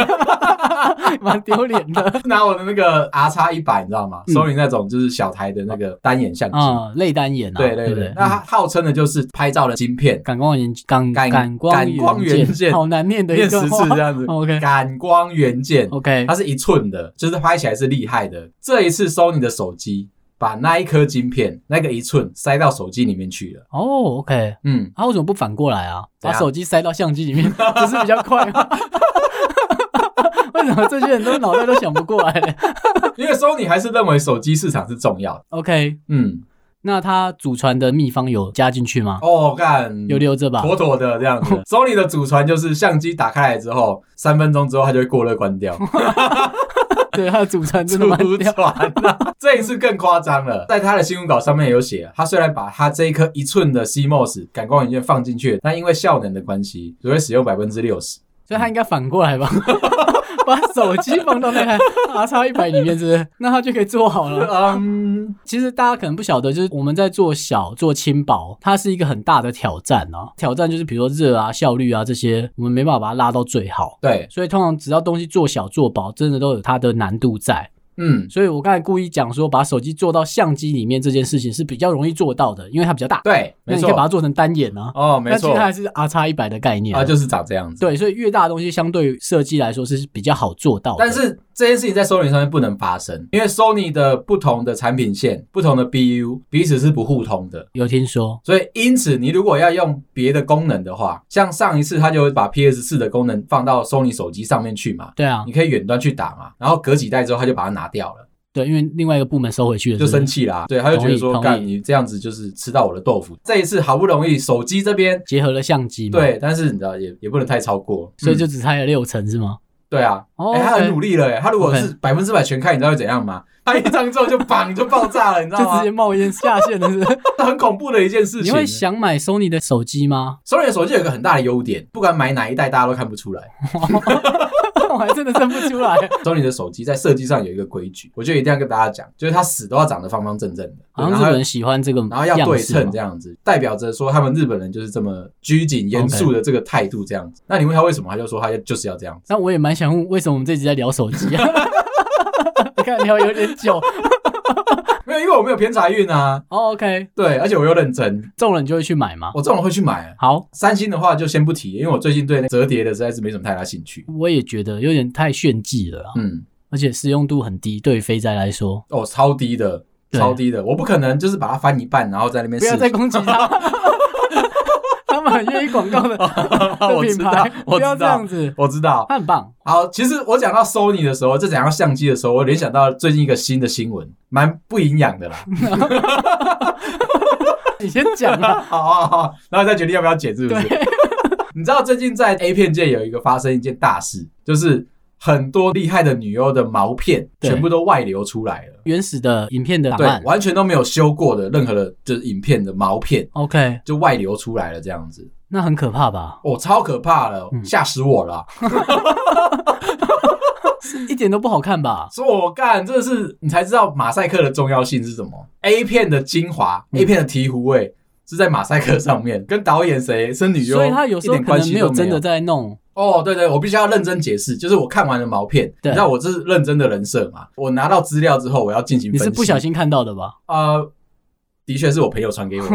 Speaker 2: (laughs) 蛮丢脸
Speaker 1: (laughs)
Speaker 2: 的
Speaker 1: 是拿我的那个 R 叉一百，你知道吗？
Speaker 2: 嗯
Speaker 1: 索尼那种就是小台的那个单眼相机。
Speaker 2: 啊，泪单眼啊，
Speaker 1: 对对
Speaker 2: 不
Speaker 1: 对
Speaker 2: 对，？
Speaker 1: 那它号称的就是拍照的晶片，
Speaker 2: 感光元感
Speaker 1: 感
Speaker 2: 感
Speaker 1: 感光
Speaker 2: 光元
Speaker 1: 元件
Speaker 2: 好难念的一
Speaker 1: 念十
Speaker 2: 个
Speaker 1: 次
Speaker 2: 话
Speaker 1: 这。样子。
Speaker 2: OK
Speaker 1: 感光元件，
Speaker 2: OK，
Speaker 1: 它是一寸的，就是拍起来是厉害的。这一次 Sony 的手机把那一颗晶片那个一寸塞到手机里面去了。
Speaker 2: 哦，OK，
Speaker 1: 嗯，
Speaker 2: 啊，为什么不反过来啊？
Speaker 1: 怎
Speaker 2: 把
Speaker 1: 样
Speaker 2: 手机塞到相机里面， (laughs) 不是比较快吗？ (laughs) 为什么这些人都脑袋都想不过来
Speaker 1: 因为 Sony 还是认为手机市场是重要的。
Speaker 2: ？OK，
Speaker 1: 嗯，
Speaker 2: 那他祖传的秘方有加进去吗？
Speaker 1: 哦，干，
Speaker 2: 有留着吧？
Speaker 1: 妥妥的这样
Speaker 2: (laughs)
Speaker 1: 子。Sony 的祖传就是相机打开来之后，三分钟之后它就会过热关掉。
Speaker 2: 对，他的祖传 (laughs) 真的蛮
Speaker 1: 祖
Speaker 2: 屌。
Speaker 1: 传啊， (laughs) 这一次更夸张了，在他的新闻稿上面有写，他虽然把他这一颗一寸的 CMOS 感光元件放进去，但因为效能的关系，只会使用百分之六十。
Speaker 2: 所以他应该反过来吧， (laughs) 把手机放到那台 R 叉一百里面，是不是？那他就可以做好了。
Speaker 1: 嗯，
Speaker 2: 其实大家可能不晓得，就是我们在做小做轻薄，它是一个很大的挑战啊。挑战就是比如说热啊、效率啊这些，我们没办法把它拉到最好。
Speaker 1: 对，
Speaker 2: 所以通常只要东西做小做薄，真的都有它的难度在。
Speaker 1: 嗯，
Speaker 2: 所以我刚才故意讲说，把手机做到相机里面这件事情是比较容易做到的，因为它比较大，
Speaker 1: 对，
Speaker 2: 那
Speaker 1: 没
Speaker 2: 你可以把它
Speaker 1: 错，
Speaker 2: 做成单眼啊。
Speaker 1: 哦，没
Speaker 2: 但其实
Speaker 1: 错，
Speaker 2: 它还是 R 叉一百的概念
Speaker 1: 啊，就是长这样子。
Speaker 2: 对，所以越大的东西相对于设计来说是比较好做到的。
Speaker 1: 但是这件事情在 Sony 上面不能发生，因为 Sony 的不同的产品线、不同的 BU 彼此是不互通的。
Speaker 2: 有听说
Speaker 1: 所以，因此，你如果要用别的功能的话，像上一次他就会把 PS 四的功能放到 Sony 手机上面去嘛，
Speaker 2: 对啊
Speaker 1: 你，可以远端去打嘛，然后隔几代之后他就把它拿掉了，
Speaker 2: 对，因为另外一个部门收回去了，
Speaker 1: 就是
Speaker 2: 不是
Speaker 1: 生气啦。对，他就觉得
Speaker 2: 同
Speaker 1: 说，
Speaker 2: 意
Speaker 1: 干
Speaker 2: 同意
Speaker 1: 你这样子就是吃到我的豆腐。这一次好不容易手机这边
Speaker 2: 结合了相机嘛，，
Speaker 1: 对，嗯但是你知道也也不能太超过，
Speaker 2: 所以就
Speaker 1: 嗯
Speaker 2: 只差了六成是吗？
Speaker 1: 对啊，
Speaker 2: 哦
Speaker 1: 哎，他很
Speaker 2: OK
Speaker 1: 努力了，哎，他如果是百分之百全开，你知道会怎样吗？他一张之后就绑就爆炸了，你知道
Speaker 2: (laughs) 就直
Speaker 1: 吗
Speaker 2: 接？冒烟下线了，
Speaker 1: (laughs)
Speaker 2: 是不是？
Speaker 1: 这很恐怖的一件事
Speaker 2: 你
Speaker 1: 情。
Speaker 2: 会想买 Sony 的手机吗？ (laughs)
Speaker 1: Sony 的手机有一个很大的优点，不管买哪一代，大家都看不出来。
Speaker 2: 我还真的认不出来。
Speaker 1: Sony 的手机在设计上有一个规矩，我就一定要跟大家讲，就是它死都要长得方方正正的，
Speaker 2: 好像
Speaker 1: 然
Speaker 2: 日
Speaker 1: 后
Speaker 2: 本人喜欢这个样式哦
Speaker 1: 然
Speaker 2: 嘛，
Speaker 1: 后要对称这样子，代表着说他们日本人就是这么拘谨严肃的这个态度这样子。那你问他为什么，他就说他要就是要这样子。
Speaker 2: 那我也蛮想问，为什么我们这集在聊手机啊？ (laughs) 你看聊有点久。
Speaker 1: 没有，因为我没有偏财运啊，
Speaker 2: 哦 OK，
Speaker 1: 对，而且我又认真，
Speaker 2: 中了你就会去买吗？
Speaker 1: 我这种会去买啊。
Speaker 2: 好，
Speaker 1: 三星的话就先不提，因为我最近对那折叠的实在是没什么太大兴趣。
Speaker 2: 我也觉得有点太炫技了啊，
Speaker 1: 嗯，
Speaker 2: 而且使用度很低，对于肥宅来说。
Speaker 1: 哦，超低的，
Speaker 2: 对
Speaker 1: 超低的，我不可能就是把它翻一半，然后在那边
Speaker 2: 不要
Speaker 1: 试
Speaker 2: 再攻击
Speaker 1: (laughs)
Speaker 2: 他，他们很愿意广告的的
Speaker 1: 哦我
Speaker 2: 品
Speaker 1: 知道
Speaker 2: 牌，
Speaker 1: 我
Speaker 2: 不
Speaker 1: 知道
Speaker 2: 要这样子，
Speaker 1: 我知道。
Speaker 2: 他很棒。
Speaker 1: 好，其实我讲到 Sony 的时候，在讲到相机的时候，我联想到最近一个新的新闻，蛮不营养
Speaker 2: (laughs)
Speaker 1: 的啦。 (laughs)
Speaker 2: 你先讲啊，
Speaker 1: 好好好，然后再决定要不要剪，是不是？ (laughs) 你知道最近在 A 片界有一个发生一件大事，就是很多厉害的女优的毛片
Speaker 2: 对
Speaker 1: 全部都外流出来了，
Speaker 2: 原始的影片的档
Speaker 1: 啊对
Speaker 2: 案，。
Speaker 1: 完全都没有修过的任何的就是影片的毛片
Speaker 2: OK，
Speaker 1: 就外流出来了，这样子，
Speaker 2: 那很可怕吧？
Speaker 1: 哦，超可怕了，
Speaker 2: 嗯
Speaker 1: 吓死我了！
Speaker 2: 一点都不好看吧？
Speaker 1: 所以我干，这是你才知道马赛克的重要性是什么。A 片的精华，A
Speaker 2: 嗯
Speaker 1: 片的醍醐味。是在马赛克上面，跟导演谁是女优，
Speaker 2: 所以他有时候
Speaker 1: 一点
Speaker 2: 可
Speaker 1: 关
Speaker 2: 能
Speaker 1: 系
Speaker 2: 没
Speaker 1: 都
Speaker 2: 有真的在弄。
Speaker 1: 哦，对对，我必须要认真解释，就是我看完了毛片，你
Speaker 2: 对
Speaker 1: 知道我这是认真的人设嘛？我拿到资料之后，我要进行
Speaker 2: 你
Speaker 1: 分析。
Speaker 2: 是不小心看到的吧？
Speaker 1: 呃，的确是我朋友传给我。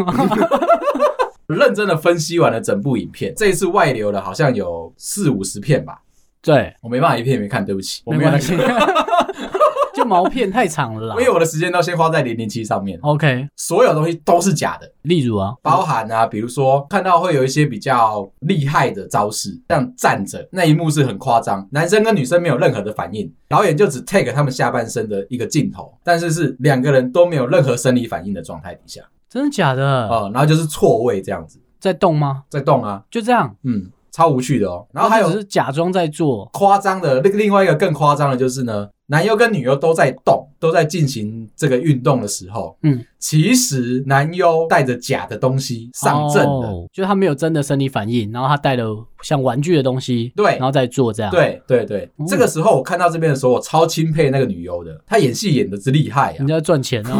Speaker 2: (laughs)
Speaker 1: 认真的分析完了整部影片，这一次外流了好像有四五十片吧，
Speaker 2: 对，
Speaker 1: 我没办法一片也没看，对不起，我
Speaker 2: 没
Speaker 1: 没有
Speaker 2: 关系， (laughs) 就毛片太长了啦
Speaker 1: 因。为我的时间都先花在零零七上面，
Speaker 2: OK，
Speaker 1: 所有东西都是假的，
Speaker 2: 例如啊，
Speaker 1: 包含啊，比如说看到会有一些比较厉害的招式，像站着那一幕是很夸张，男生跟女生没有任何的反应，导演就只 take 他们下半身的一个镜头，但是是两个人都没有任何生理反应的状态底下，
Speaker 2: 真的假的？
Speaker 1: 哦、然后就是错位这样子
Speaker 2: 在动吗？
Speaker 1: 在动啊，
Speaker 2: 就这样，
Speaker 1: 嗯，超无趣的哦。然后还
Speaker 2: 他就只
Speaker 1: 有
Speaker 2: 是假装在做，
Speaker 1: 夸张的，另另外一个更夸张的就是呢，男优跟女优都在动，都在进行这个运动的时候，
Speaker 2: 嗯，
Speaker 1: 其实男优带着假的东西上阵的。
Speaker 2: 哦，就他没有真的生理反应，然后他带了像玩具的东西，
Speaker 1: 对
Speaker 2: 然后再做这样，，
Speaker 1: 对对对，
Speaker 2: 嗯
Speaker 1: 这个时候我看到这边的时候，我超钦佩那个女优的，她演戏演的之厉害啊
Speaker 2: 人。家赚
Speaker 1: (laughs)
Speaker 2: 钱啊，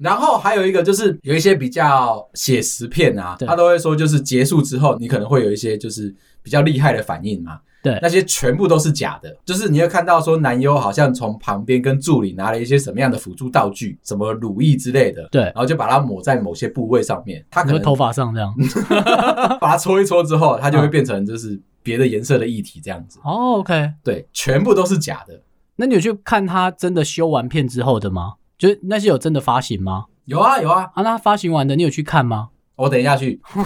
Speaker 1: 然后还有一个就是有一些比较写实片啊，
Speaker 2: 对
Speaker 1: 她都会说就是结束之后，你可能会有一些就是比较厉害的反应嘛。
Speaker 2: 对
Speaker 1: 那些全部都是假的，就是你会看到说男优好像从旁边跟助理拿了一些什么样的辅助道具，什么乳液之类的，
Speaker 2: 对
Speaker 1: 然后就把它抹在某些部位上面，他可
Speaker 2: 你说
Speaker 1: 能
Speaker 2: 头发上这样， (laughs)
Speaker 1: 把它搓一搓之后，它就会
Speaker 2: 嗯
Speaker 1: 变成就是别的颜色的液体这样子。
Speaker 2: 哦，OK，
Speaker 1: 对，全部都是假的。
Speaker 2: 那你有去看他真的修完片之后的吗？就是那些有真的发行吗？
Speaker 1: 有啊有啊，
Speaker 2: 啊，那他发行完的你有去看吗？
Speaker 1: 我等一下去，
Speaker 2: (laughs)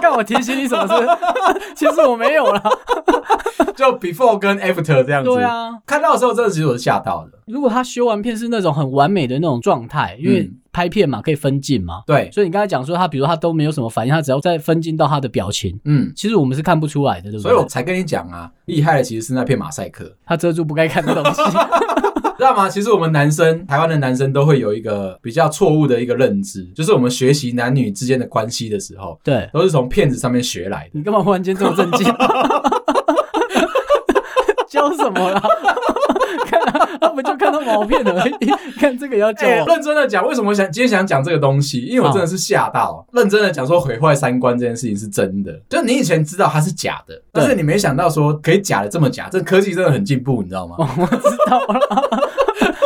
Speaker 2: 干我提醒你什么事？ (laughs) 其实我没有啦。
Speaker 1: 就 before 跟 after 这样子。
Speaker 2: 对啊，
Speaker 1: 看到的时候真的其实我是吓到的。
Speaker 2: 如果他修完片是那种很完美的那种状态，因为
Speaker 1: 嗯
Speaker 2: 拍片嘛可以分镜嘛，
Speaker 1: 对，
Speaker 2: 所以你刚才讲说他，比如他都没有什么反应，他只要再分镜到他的表情，
Speaker 1: 嗯，
Speaker 2: 其实我们是看不出来的，对不
Speaker 1: 所以我
Speaker 2: 对？
Speaker 1: 才跟你讲啊，厉害的其实是那片马赛克，
Speaker 2: 他遮住不该看的东
Speaker 1: (laughs)
Speaker 2: 西。
Speaker 1: 知道吗？其实我们男生，台湾的男生都会有一个比较错误的一个认知，就是我们学习男女之间的关系的时候，
Speaker 2: 对
Speaker 1: 都是从骗子上面学来的。
Speaker 2: 你干嘛忽然间这么震
Speaker 1: (laughs)
Speaker 2: 惊？教什么啦？看啊，他不就看到毛片而已，看这个也要教
Speaker 1: 哎
Speaker 2: (laughs) 我。
Speaker 1: 认真的讲，为什么我想今天想讲这个东西？因为我真的是吓到，
Speaker 2: 嗯
Speaker 1: 认真的讲说毁坏三观这件事情是真的，就是你以前知道它是假的，但是你没想到说可以假的这么假，这科技真的很进步，你知道吗？
Speaker 2: 我知道了，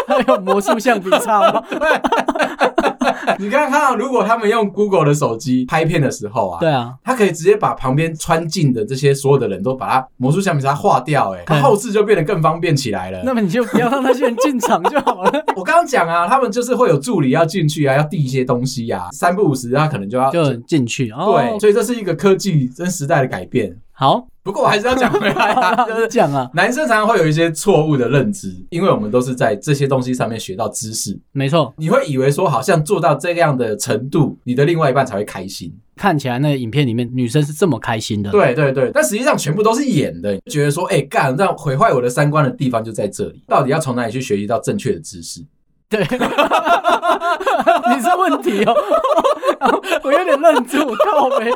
Speaker 2: 还有魔术橡皮
Speaker 1: (laughs)
Speaker 2: 擦吗？
Speaker 1: 你刚刚看到，如果他们用 Google 的手机拍片的时候啊，
Speaker 2: 对啊，
Speaker 1: 他可以直接把旁边穿进的这些所有的人都把它魔术橡皮擦画掉、欸，哎，
Speaker 2: 对
Speaker 1: 他后置就变得更方便起来了。
Speaker 2: 那么你就不要让那些人进场就
Speaker 1: (laughs)
Speaker 2: 好了。
Speaker 1: 我刚刚讲啊，他们就是会有助理要进去啊，要递一些东西啊，三不五时他可能就要
Speaker 2: 就进去哦
Speaker 1: 对，。所以这是一个科技跟时代的改变。
Speaker 2: 好，
Speaker 1: 不
Speaker 2: (laughs)
Speaker 1: 过我还是要讲回来啊，就
Speaker 2: 你
Speaker 1: 是
Speaker 2: 讲啊，
Speaker 1: 男生常常会有一些错误的认知，因为我们都是在这些东西上面学到知识，
Speaker 2: 没错，
Speaker 1: 你会以为说好像做到这样的程度，你的另外一半才会开心。
Speaker 2: 看起来那个影片里面女生是这么开心的。
Speaker 1: 对对对，但实际上全部都是演的，觉得说，哎、干，让毁坏我的三观的地方就在这里。到底要从哪里去学习到正确的知识？
Speaker 2: 对， (laughs) 你是问题哦， (laughs) 我有点愣住，靠呗。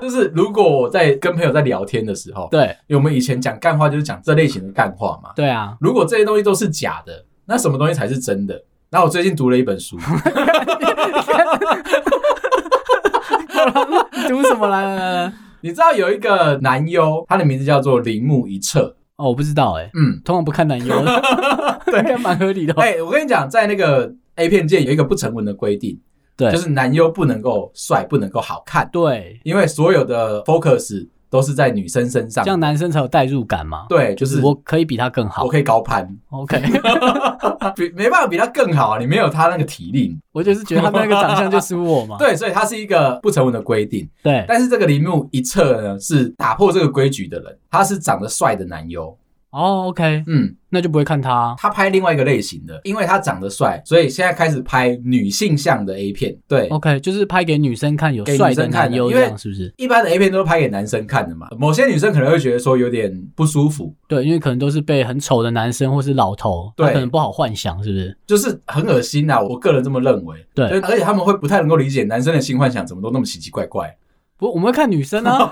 Speaker 1: 就是如果我在跟朋友在聊天的时候，
Speaker 2: 对
Speaker 1: 因为我们以前讲干话就是讲这类型的干话嘛。
Speaker 2: 对啊，
Speaker 1: 如果这些东西都是假的，那什么东西才是真的？那我最近读了一本书， (laughs)
Speaker 2: 你读什么来来来来？
Speaker 1: 你知道有一个男优，他的名字叫做铃木一彻，
Speaker 2: 哦，我不知道哎、
Speaker 1: 嗯，
Speaker 2: 通常不看男
Speaker 1: (laughs)
Speaker 2: 优的，应该蛮合理的哦、
Speaker 1: 哎、我跟你讲，在那个 A 片界有一个不成文的规定，
Speaker 2: 对
Speaker 1: 就是男优不能够帅，不能够好看，
Speaker 2: 对，
Speaker 1: 因为所有的 focus 都是在女生身上
Speaker 2: 这。样男生才有代入感嘛。
Speaker 1: 对，就是
Speaker 2: 我可以比他更好
Speaker 1: 我。可以高攀，
Speaker 2: OK， (laughs)
Speaker 1: 比没办法比他更好啊，你没有他那个体力。
Speaker 2: 我就是觉得他那个长相就输我嘛。
Speaker 1: (laughs) 对，所以它是一个不成文的规定。
Speaker 2: 对，
Speaker 1: 但是这个铃木一彻呢，是打破这个规矩的人，他是长得帅的男优。
Speaker 2: 哦，OK，
Speaker 1: 嗯，
Speaker 2: 那就不会看他啊、
Speaker 1: 他拍另外一个类型的，因为他长得帅，所以现在开始拍女性向的 A 片。对，
Speaker 2: OK，就是拍给女生看有
Speaker 1: 给女
Speaker 2: 帅的
Speaker 1: 生看
Speaker 2: 男
Speaker 1: 的
Speaker 2: 优
Speaker 1: 因
Speaker 2: 这
Speaker 1: 为
Speaker 2: 样，是不是？
Speaker 1: 一般的 A 片都是拍给男生看的嘛，某些女生可能会觉得说有点不舒服，
Speaker 2: 对，因为可能都是被很丑的男生或是老头，他
Speaker 1: 对
Speaker 2: 可能不好幻想，是不是？
Speaker 1: 就是很恶心呐、我个人这么认为。
Speaker 2: 对
Speaker 1: 就是而且他们会不太能够理解男生的性幻想怎么都那么奇奇怪怪。 (laughs)
Speaker 2: 不，我们会看女生啊，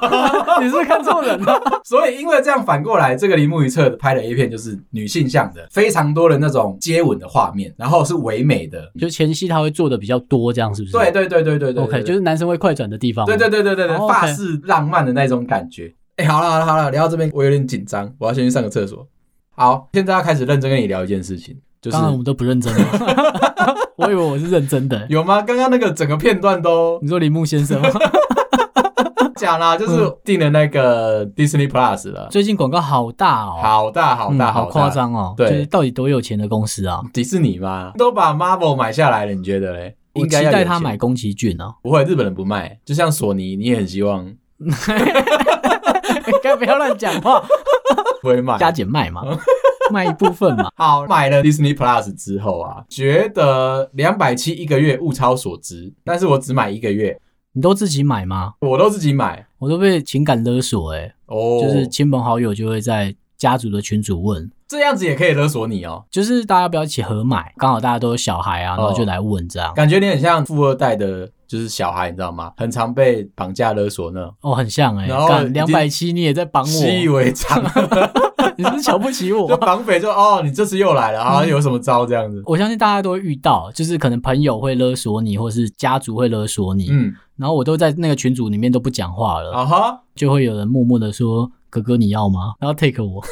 Speaker 2: 你是不是看错人啊了、
Speaker 1: 所以因为这样反过来，这个铃木一彻拍的 A 片就是女性向的，非常多的那种接吻的画面，然后是唯美的。
Speaker 2: 就前戏他会做的比较多，这样是不是？
Speaker 1: 对对对对对对
Speaker 2: OK，就是是男生会快转的地方。
Speaker 1: 对对对对对对，
Speaker 2: 哦，OK
Speaker 1: 法式浪漫的那种感觉。哎、好了好了好了，聊到这边我有点紧张，我要先去上个厕所。好，现在要开始认真跟你聊一件事情，就是
Speaker 2: 刚刚我们都不认真了，
Speaker 1: (laughs)
Speaker 2: 我以为我是认真的。
Speaker 1: 有吗？刚刚那个整个片段都
Speaker 2: 你说铃木先生吗？
Speaker 1: 讲啦，
Speaker 2: 嗯
Speaker 1: 就是订了那个 Disney Plus 了，
Speaker 2: (laughs) 最近广告好大哦，
Speaker 1: 好大好
Speaker 2: 嗯
Speaker 1: 大
Speaker 2: 好
Speaker 1: 大
Speaker 2: 夸！张哦，
Speaker 1: 对
Speaker 2: 就是到底多有钱的公司啊？
Speaker 1: 迪士尼嘛，都把 Marvel 买下来了，你觉得嘞？
Speaker 2: 我
Speaker 1: 应
Speaker 2: 期
Speaker 1: 该要
Speaker 2: 待
Speaker 1: 有
Speaker 2: 他
Speaker 1: 钱
Speaker 2: 买宫崎骏哦，
Speaker 1: 不会，日本人不卖，就像索尼，你也很希望 (laughs)
Speaker 2: (laughs) 该不要乱讲
Speaker 1: (laughs)
Speaker 2: 话，
Speaker 1: 不会卖。
Speaker 2: 加减
Speaker 1: (laughs)
Speaker 2: 卖嘛，卖一部分嘛。
Speaker 1: 好，买了 Disney Plus 之后啊，觉得两百七一个月物超所值，但是我只买一个月，
Speaker 2: 你都自己买吗？
Speaker 1: 我都自己买
Speaker 2: 我都被情感勒索哎、
Speaker 1: 哦，
Speaker 2: 就是亲朋好友就会在家族的群组问，
Speaker 1: 这样子也可以勒索你哦，
Speaker 2: 就是大家要不要一起合买，刚好大家都有小孩啊，然后就来问这样，
Speaker 1: 感觉你很像富二代的，就是小孩，你知道吗？很常被绑架勒索呢，
Speaker 2: 哦，很像哎、
Speaker 1: 然后
Speaker 2: 欸，
Speaker 1: 已
Speaker 2: 两
Speaker 1: 经
Speaker 2: 百七你也在绑
Speaker 1: 习以
Speaker 2: 我，
Speaker 1: 为常。
Speaker 2: (laughs) 你是不是瞧不起
Speaker 1: 就 (laughs)
Speaker 2: 我。
Speaker 1: 绑匪就哦，你这次又来了啊，
Speaker 2: 嗯
Speaker 1: 有什么招这样子？
Speaker 2: 我相信大家都会遇到，就是可能朋友会勒索你，或是家族会勒索你，
Speaker 1: 嗯，
Speaker 2: 然后我都在那个群组里面都不讲话了，
Speaker 1: 啊哈，
Speaker 2: 就会有人默默的说：“哥哥你要吗？”然后
Speaker 1: (laughs)
Speaker 2: take 我，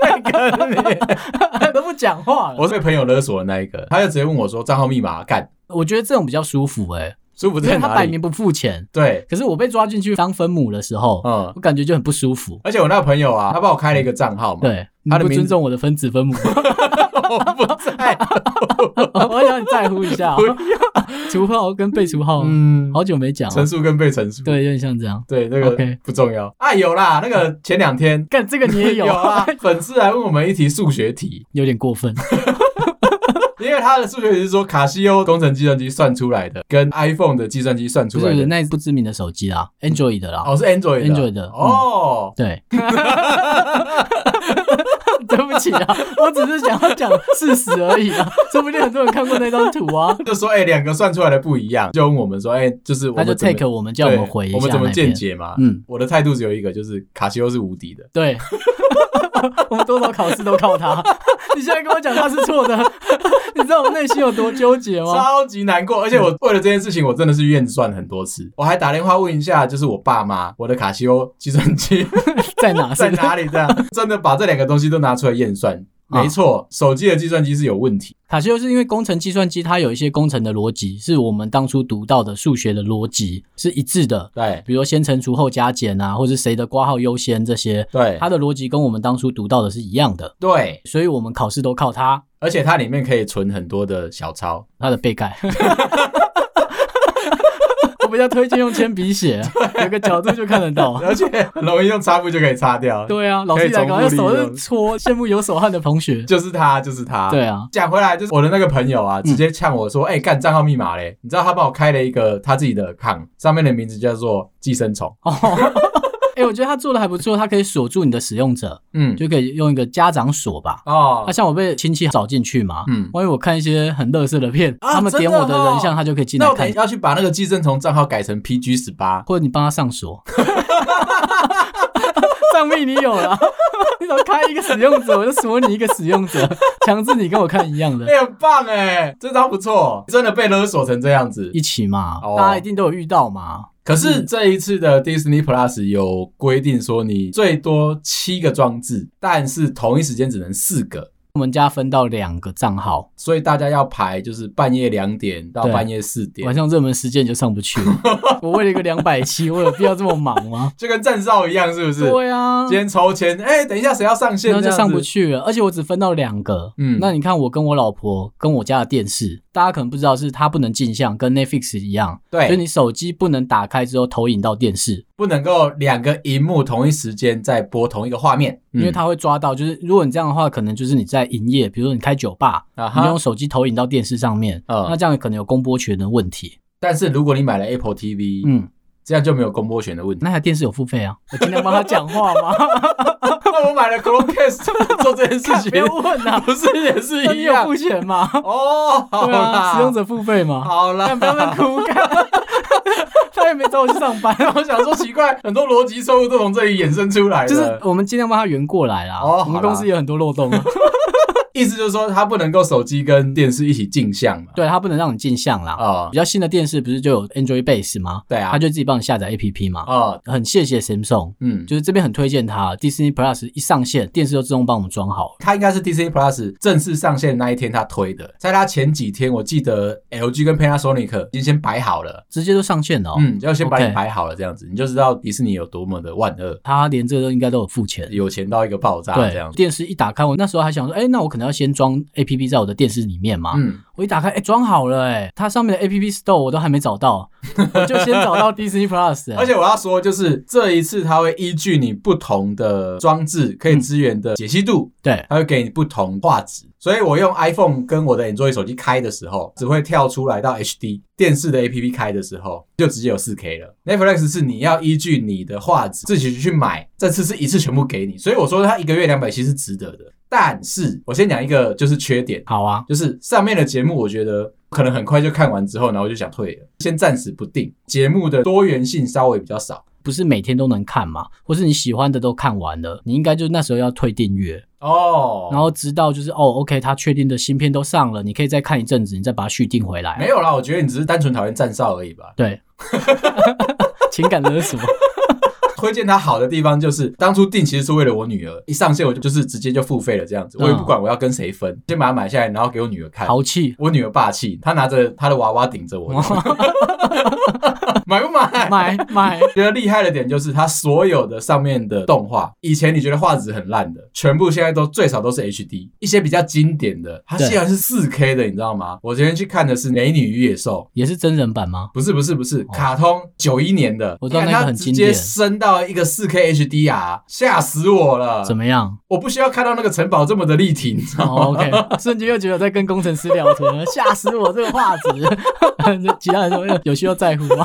Speaker 1: 太坑你！
Speaker 2: 都不讲话了。
Speaker 1: 我是被朋友勒索的那一个，他就直接问我说账号密码干，
Speaker 2: 我觉得这种比较舒服哎、
Speaker 1: 舒服
Speaker 2: 因为
Speaker 1: 在
Speaker 2: 他
Speaker 1: 哪
Speaker 2: 摆
Speaker 1: 里
Speaker 2: 明？不付钱。
Speaker 1: 对，
Speaker 2: 可是我被抓进去当分母的时候，
Speaker 1: 嗯，
Speaker 2: 我感觉就很不舒服。
Speaker 1: 而且我那个朋友啊，他帮我开了一个账号嘛，，
Speaker 2: 对，你
Speaker 1: 他的
Speaker 2: 不
Speaker 1: 名
Speaker 2: 尊重我的分子分母，
Speaker 1: 我 (laughs) 不在， (laughs)
Speaker 2: 我想你在乎一下哦
Speaker 1: 不。
Speaker 2: (laughs) 除号跟被除号，
Speaker 1: 嗯，
Speaker 2: 好久没讲了
Speaker 1: 陈，述跟被陈述，
Speaker 2: 对，有点像这样。
Speaker 1: 对，这个
Speaker 2: OK
Speaker 1: 不重要啊，有啦，那个前两天。
Speaker 2: 干这个你也 (laughs) 有
Speaker 1: 啊，粉丝来问我们一题数学题，
Speaker 2: 有点
Speaker 1: (laughs)
Speaker 2: 过分。
Speaker 1: 因为他的数学题是说卡西欧工程计算机算出来的，跟 iPhone 的计算机算
Speaker 2: 不
Speaker 1: 出
Speaker 2: 是
Speaker 1: 来
Speaker 2: 不是
Speaker 1: 的。
Speaker 2: 那不知名的手机啦，Android 的啦。
Speaker 1: 哦，是 Android 的
Speaker 2: Android 的嗯
Speaker 1: 哦，
Speaker 2: 对，
Speaker 1: (laughs)
Speaker 2: (laughs) 对不起啊，我只是想要讲事实而已
Speaker 1: (laughs)
Speaker 2: 啊，说不定很多人看过那张图啊，
Speaker 1: 就说哎，两个算出来的不一样，就问我们说，哎，就是我
Speaker 2: 他
Speaker 1: 们
Speaker 2: 就
Speaker 1: 怎么
Speaker 2: take 我们叫我
Speaker 1: 对
Speaker 2: 们回一下
Speaker 1: 我们怎么
Speaker 2: 那边
Speaker 1: 见解嘛？
Speaker 2: 嗯，
Speaker 1: 我的态度只有一个，就是卡西欧是无敌的。
Speaker 2: 对， (laughs) 我们多少考试都靠
Speaker 1: (laughs)
Speaker 2: 他。你现在跟我讲他是错的， (laughs) 你知道我内心有多纠结吗？
Speaker 1: 超级难过，而且我为了这件事情，我真的是验算很多次。我还打电话问一下，就是我爸妈，我的卡西欧计算
Speaker 2: (laughs)
Speaker 1: 机
Speaker 2: 在哪？
Speaker 1: 在
Speaker 2: 是
Speaker 1: 哪里？这样真的把这两个东西都拿出来验算。
Speaker 2: 啊
Speaker 1: 没错，手机的计算机是有问题。
Speaker 2: 卡西欧是因为工程计算机它有一些工程的逻辑，是我们当初读到的数学的逻辑是一致的，
Speaker 1: 对
Speaker 2: 比如说先乘除后加减啊，或是谁的挂号优先这些，
Speaker 1: 对
Speaker 2: 它的逻辑跟我们当初读到的是一样的，
Speaker 1: 对，
Speaker 2: 所以我们考试都靠它，
Speaker 1: 而且它里面可以存很多的小抄。
Speaker 2: 它的背盖。 (laughs) 我比较推荐用铅笔写，有个角度就看
Speaker 1: (laughs)
Speaker 2: 得到。
Speaker 1: 而且很容易用擦布就可以擦掉。，
Speaker 2: 对啊，老师一来搞，要手是搓，羡慕有手汗的
Speaker 1: (laughs)
Speaker 2: 同学。
Speaker 1: 就是它，就是它。。
Speaker 2: 对啊，
Speaker 1: 讲回来，就是我的那个朋友啊，
Speaker 2: 嗯
Speaker 1: 直接呛我说：“哎、干账号密码嘞！”你知道他帮我开了一个他自己的 account，上面的名字叫做寄生虫。
Speaker 2: 哦， (laughs) 哎、我觉得他做的还不错，他可以锁住你的使用者，
Speaker 1: 嗯，
Speaker 2: 就可以用一个家长锁吧。
Speaker 1: 哦
Speaker 2: 那、，啊像我被亲戚找进去嘛，
Speaker 1: 嗯
Speaker 2: 万一我看一些很乐色的片，
Speaker 1: 啊
Speaker 2: 他们点我
Speaker 1: 真的哦
Speaker 2: 人像，他就可以进
Speaker 1: 那
Speaker 2: 来
Speaker 1: 我等
Speaker 2: 看
Speaker 1: 一，下要去把那个寄生虫账号改成 PG 十八。
Speaker 2: 或者你帮他
Speaker 1: (laughs)
Speaker 2: 上锁。账密你有了， (laughs) 你怎么开一个使用者，我就锁你一个使用者， (laughs) 强制你跟我看一样的
Speaker 1: 哎、，很棒哎，这招不错，真的被勒索成这样子
Speaker 2: 一。起嘛，
Speaker 1: 哦
Speaker 2: 大家一定都有遇到嘛。
Speaker 1: 可是这一次的 Disney Plus 有规定说，你最多七个装置，但是同一时间只能四个，
Speaker 2: 我们家分到两个账号，
Speaker 1: 所以大家要排，就是半夜两点到
Speaker 2: 对
Speaker 1: 半夜四点
Speaker 2: 晚，上热门时间你就上不去了。我为了一个两百七，我有必要这么忙吗？
Speaker 1: 就跟站哨一样，是不 (laughs) 是？
Speaker 2: 对啊，
Speaker 1: 今天抽签，哎、等一下谁要上线？
Speaker 2: 然后
Speaker 1: 这
Speaker 2: 就
Speaker 1: 样
Speaker 2: 上
Speaker 1: 子
Speaker 2: 不。去了，而且我只分到两个。
Speaker 1: 嗯
Speaker 2: 嗯，那你看我跟我老婆跟我家的电视，大家可能不知道是它不能镜像，跟 Netflix 一样，
Speaker 1: 对，
Speaker 2: 就你手机不能打开之后投影到电视，
Speaker 1: 不能够两个荧幕同一时间在播同一个画面，
Speaker 2: 嗯因为它会抓到。就是如果你这样的话，可能就是你在营业，比如说你开酒吧，
Speaker 1: 嗯啊
Speaker 2: 你
Speaker 1: 哈
Speaker 2: 就用。手机投影到电视上面，
Speaker 1: 嗯
Speaker 2: 那这样可能有公播权的问题。
Speaker 1: 但是如果你买了 Apple TV，
Speaker 2: 嗯，
Speaker 1: 这样就没有公播权的问
Speaker 2: (laughs)
Speaker 1: 题。
Speaker 2: 那台电视有付费啊？我尽量帮他讲
Speaker 1: (laughs)
Speaker 2: 话嘛，
Speaker 1: 那我买了 Chromecast 做这件事
Speaker 2: (laughs) 不要
Speaker 1: 情，
Speaker 2: 问啊，
Speaker 1: 不是也是
Speaker 2: 那
Speaker 1: 一
Speaker 2: 你有
Speaker 1: 样
Speaker 2: 付？钱吗？
Speaker 1: 哦， (laughs) 好
Speaker 2: 对
Speaker 1: 啦，
Speaker 2: 啊，使用者付费嘛。
Speaker 1: 好啦
Speaker 2: 干。 (laughs) 不要在那哭干， (laughs) 他也没找我去上班，啊
Speaker 1: 我想说奇怪，很多逻辑错误都从这里衍生出来的，
Speaker 2: 就是我们尽量帮他圆过来啦。
Speaker 1: 哦
Speaker 2: 我们
Speaker 1: 好啦
Speaker 2: 公司有很多漏洞啊，
Speaker 1: (laughs) 意思就是说它不能够手机跟电视一起镜像嘛。
Speaker 2: 对他不能让你进项啦。
Speaker 1: 啊
Speaker 2: 比，较新的电视不是就有 Android Base 吗？
Speaker 1: 对啊
Speaker 2: 他就自己帮你下载 APP 嘛。
Speaker 1: 啊，
Speaker 2: 很谢谢 Samsung，
Speaker 1: 嗯，
Speaker 2: 就是这边很推荐它。Disney Plus 一上线，电视就自动帮我们装好了。
Speaker 1: 它应该是 Disney Plus 正式上线那一天它推的，在它前几天，我记得 LG 跟 Panasonic 已经先摆好了，
Speaker 2: 直接就上线了、哦。
Speaker 1: 嗯，要先把你
Speaker 2: OK
Speaker 1: 摆好了，这样子你就知道迪士尼有多么的万恶，
Speaker 2: 他连这个都应该都有付钱。
Speaker 1: 有钱到一个爆炸这样
Speaker 2: 对，
Speaker 1: 子。
Speaker 2: 电视一打开，我那时候还想说，哎、那我可能要先装 APP 在我的电视里面嘛。
Speaker 1: 嗯，
Speaker 2: 我一打开，哎、装好了、哎，它上面的 App Store 我都还没找到，我就先找到 Disney
Speaker 1: (laughs)
Speaker 2: Plus，、哎
Speaker 1: 而且我要说，就是这一次它会依据你不同的装置可以支援的解析度，
Speaker 2: 对，
Speaker 1: 它会给你不同画质。所以我用 iPhone 跟我的 Android 手机开的时候，只会跳出来到 HD 电视的 APP 开的时候，就直接有 4K 了。Netflix 是你要依据你的画质自己去买，这次是一次全部给你，所以我说它一个月两百其实是值得的。但是我先讲一个就是缺点，
Speaker 2: 好啊，
Speaker 1: 就是上面的节目，我觉得可能很快就看完之后，然后我就想退了，先暂时不定。节目的多元性稍微比较少
Speaker 2: 不是每天都能看嘛，或是你喜欢的都看完了，你应该就那时候要退订阅，
Speaker 1: 哦
Speaker 2: 然后直到就是哦，OK，它确定的新片都上了，你可以再看一阵子，你再把它续订回来。
Speaker 1: 没有啦，我
Speaker 2: (laughs)。
Speaker 1: 觉得你只是单纯讨厌站哨而已吧 (laughs)
Speaker 2: 对，情感勒索，
Speaker 1: 推荐它好的地方就是，当初定其实是为了我女儿，一上线我就就是直接就付费了这样子，我也不管我要跟谁分，先把它买下来，然后给我女儿看。
Speaker 2: 豪气，
Speaker 1: 我女儿霸气，她拿着她的娃娃顶着我，买不买？
Speaker 2: 买买，
Speaker 1: 觉得厉害的点就是它所有的上面的动画，以前你觉得画质很烂的，全部现在都最少都是 HD，一些比较经典的，它
Speaker 2: 对
Speaker 1: 竟然是 4K 的，你知道吗？我昨天去看的是《美女与野兽》。
Speaker 2: 也是真人版吗？
Speaker 1: 不是不是不是，卡通九一年的，
Speaker 2: 哦我知道
Speaker 1: 你
Speaker 2: 那
Speaker 1: 看
Speaker 2: 个
Speaker 1: 它
Speaker 2: 很
Speaker 1: 直
Speaker 2: 经
Speaker 1: 接
Speaker 2: 典
Speaker 1: 升到一个四 K HDR，吓死我了！
Speaker 2: 怎么样、
Speaker 1: 我不需要看到那个城堡这么的立体，你知道吗？
Speaker 2: 哦、？OK，瞬
Speaker 1: (laughs)
Speaker 2: 间又觉得在跟工程师聊天了，吓死我这个画质。 (laughs) 其他人说有需要在乎吗？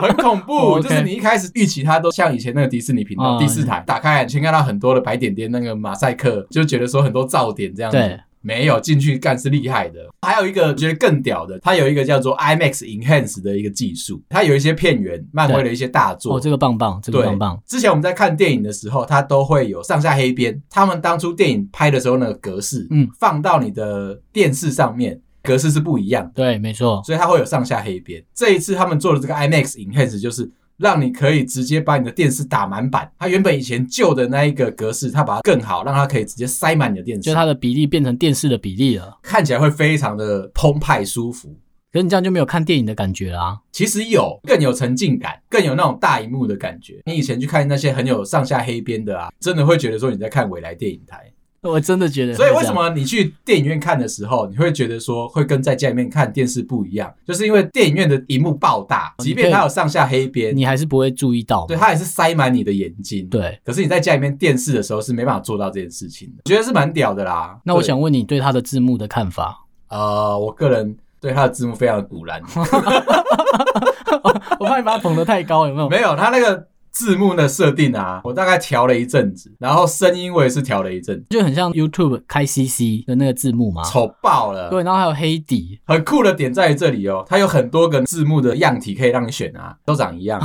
Speaker 1: 很恐怖。
Speaker 2: (laughs) 哦
Speaker 1: 就是你一开始预期它都像以前那个迪士尼频道、
Speaker 2: 嗯
Speaker 1: 第四台，打开你先看到很多的白点点，那个马赛克，就觉得说很多噪点这样子。
Speaker 2: 对
Speaker 1: 没有进去干是厉害的，还有一个觉得更屌的，它有一个叫做 IMAX Enhance 的一个技术，它有一些片源，漫威的一些大作
Speaker 2: 哦，，这个棒棒，这个
Speaker 1: 对
Speaker 2: 棒棒，
Speaker 1: 之前我们在看电影的时候，它都会有上下黑边。他们当初电影拍的时候，那个格式，
Speaker 2: 嗯，
Speaker 1: 放到你的电视上面，格式是不一样的，
Speaker 2: 对，没错，
Speaker 1: 所以它会有上下黑边。这一次他们做的这个 IMAX Enhance 就是。让你可以直接把你的电视打满版，它原本以前旧的那一个格式，它把它更好，让它可以直接塞满你的电视，
Speaker 2: 就它的比例变成电视的比例了。
Speaker 1: 看起来会非常的澎湃舒服。
Speaker 2: 可是你这样就没有看电影的感觉啦、啊
Speaker 1: 其实有更有沉浸感，更有那种大荧幕的感觉。你以前去看那些很有上下黑边的啊，真的会觉得说你在看未来电影台。
Speaker 2: (laughs) 我真的觉得会这
Speaker 1: 所以
Speaker 2: 样，
Speaker 1: 为什么你去电影院看的时候，你会觉得说会跟在家里面看电视不一样？就是因为电影院的荧幕爆大，
Speaker 2: 哦
Speaker 1: 即便它有上下黑边，
Speaker 2: 你还是不会注意到嘛？
Speaker 1: 对它也是塞满你的眼睛。，
Speaker 2: 对。
Speaker 1: 可是你在家里面电视的时候是没办法做到这件事情的，我觉得是蛮屌的啦。
Speaker 2: 那我
Speaker 1: 对
Speaker 2: 想问你对它的字幕的
Speaker 1: (laughs)
Speaker 2: 看法？
Speaker 1: 呃，我个人对它的字幕非常的古
Speaker 2: (laughs)
Speaker 1: 然，
Speaker 2: 我怕你把它捧得太高，有没
Speaker 1: (laughs)
Speaker 2: 有？
Speaker 1: 没有它那个。字幕的设定啊，我大概调了一阵子，然后声音我也是调了一阵子，
Speaker 2: 就很像 YouTube 开 CC 的那个字幕嘛。
Speaker 1: 丑爆了。
Speaker 2: 啊对，然后还有黑底，
Speaker 1: 很酷的点在于这里哦，它有很多个字幕的样体可以让你选啊，都长一
Speaker 2: (laughs)
Speaker 1: 样。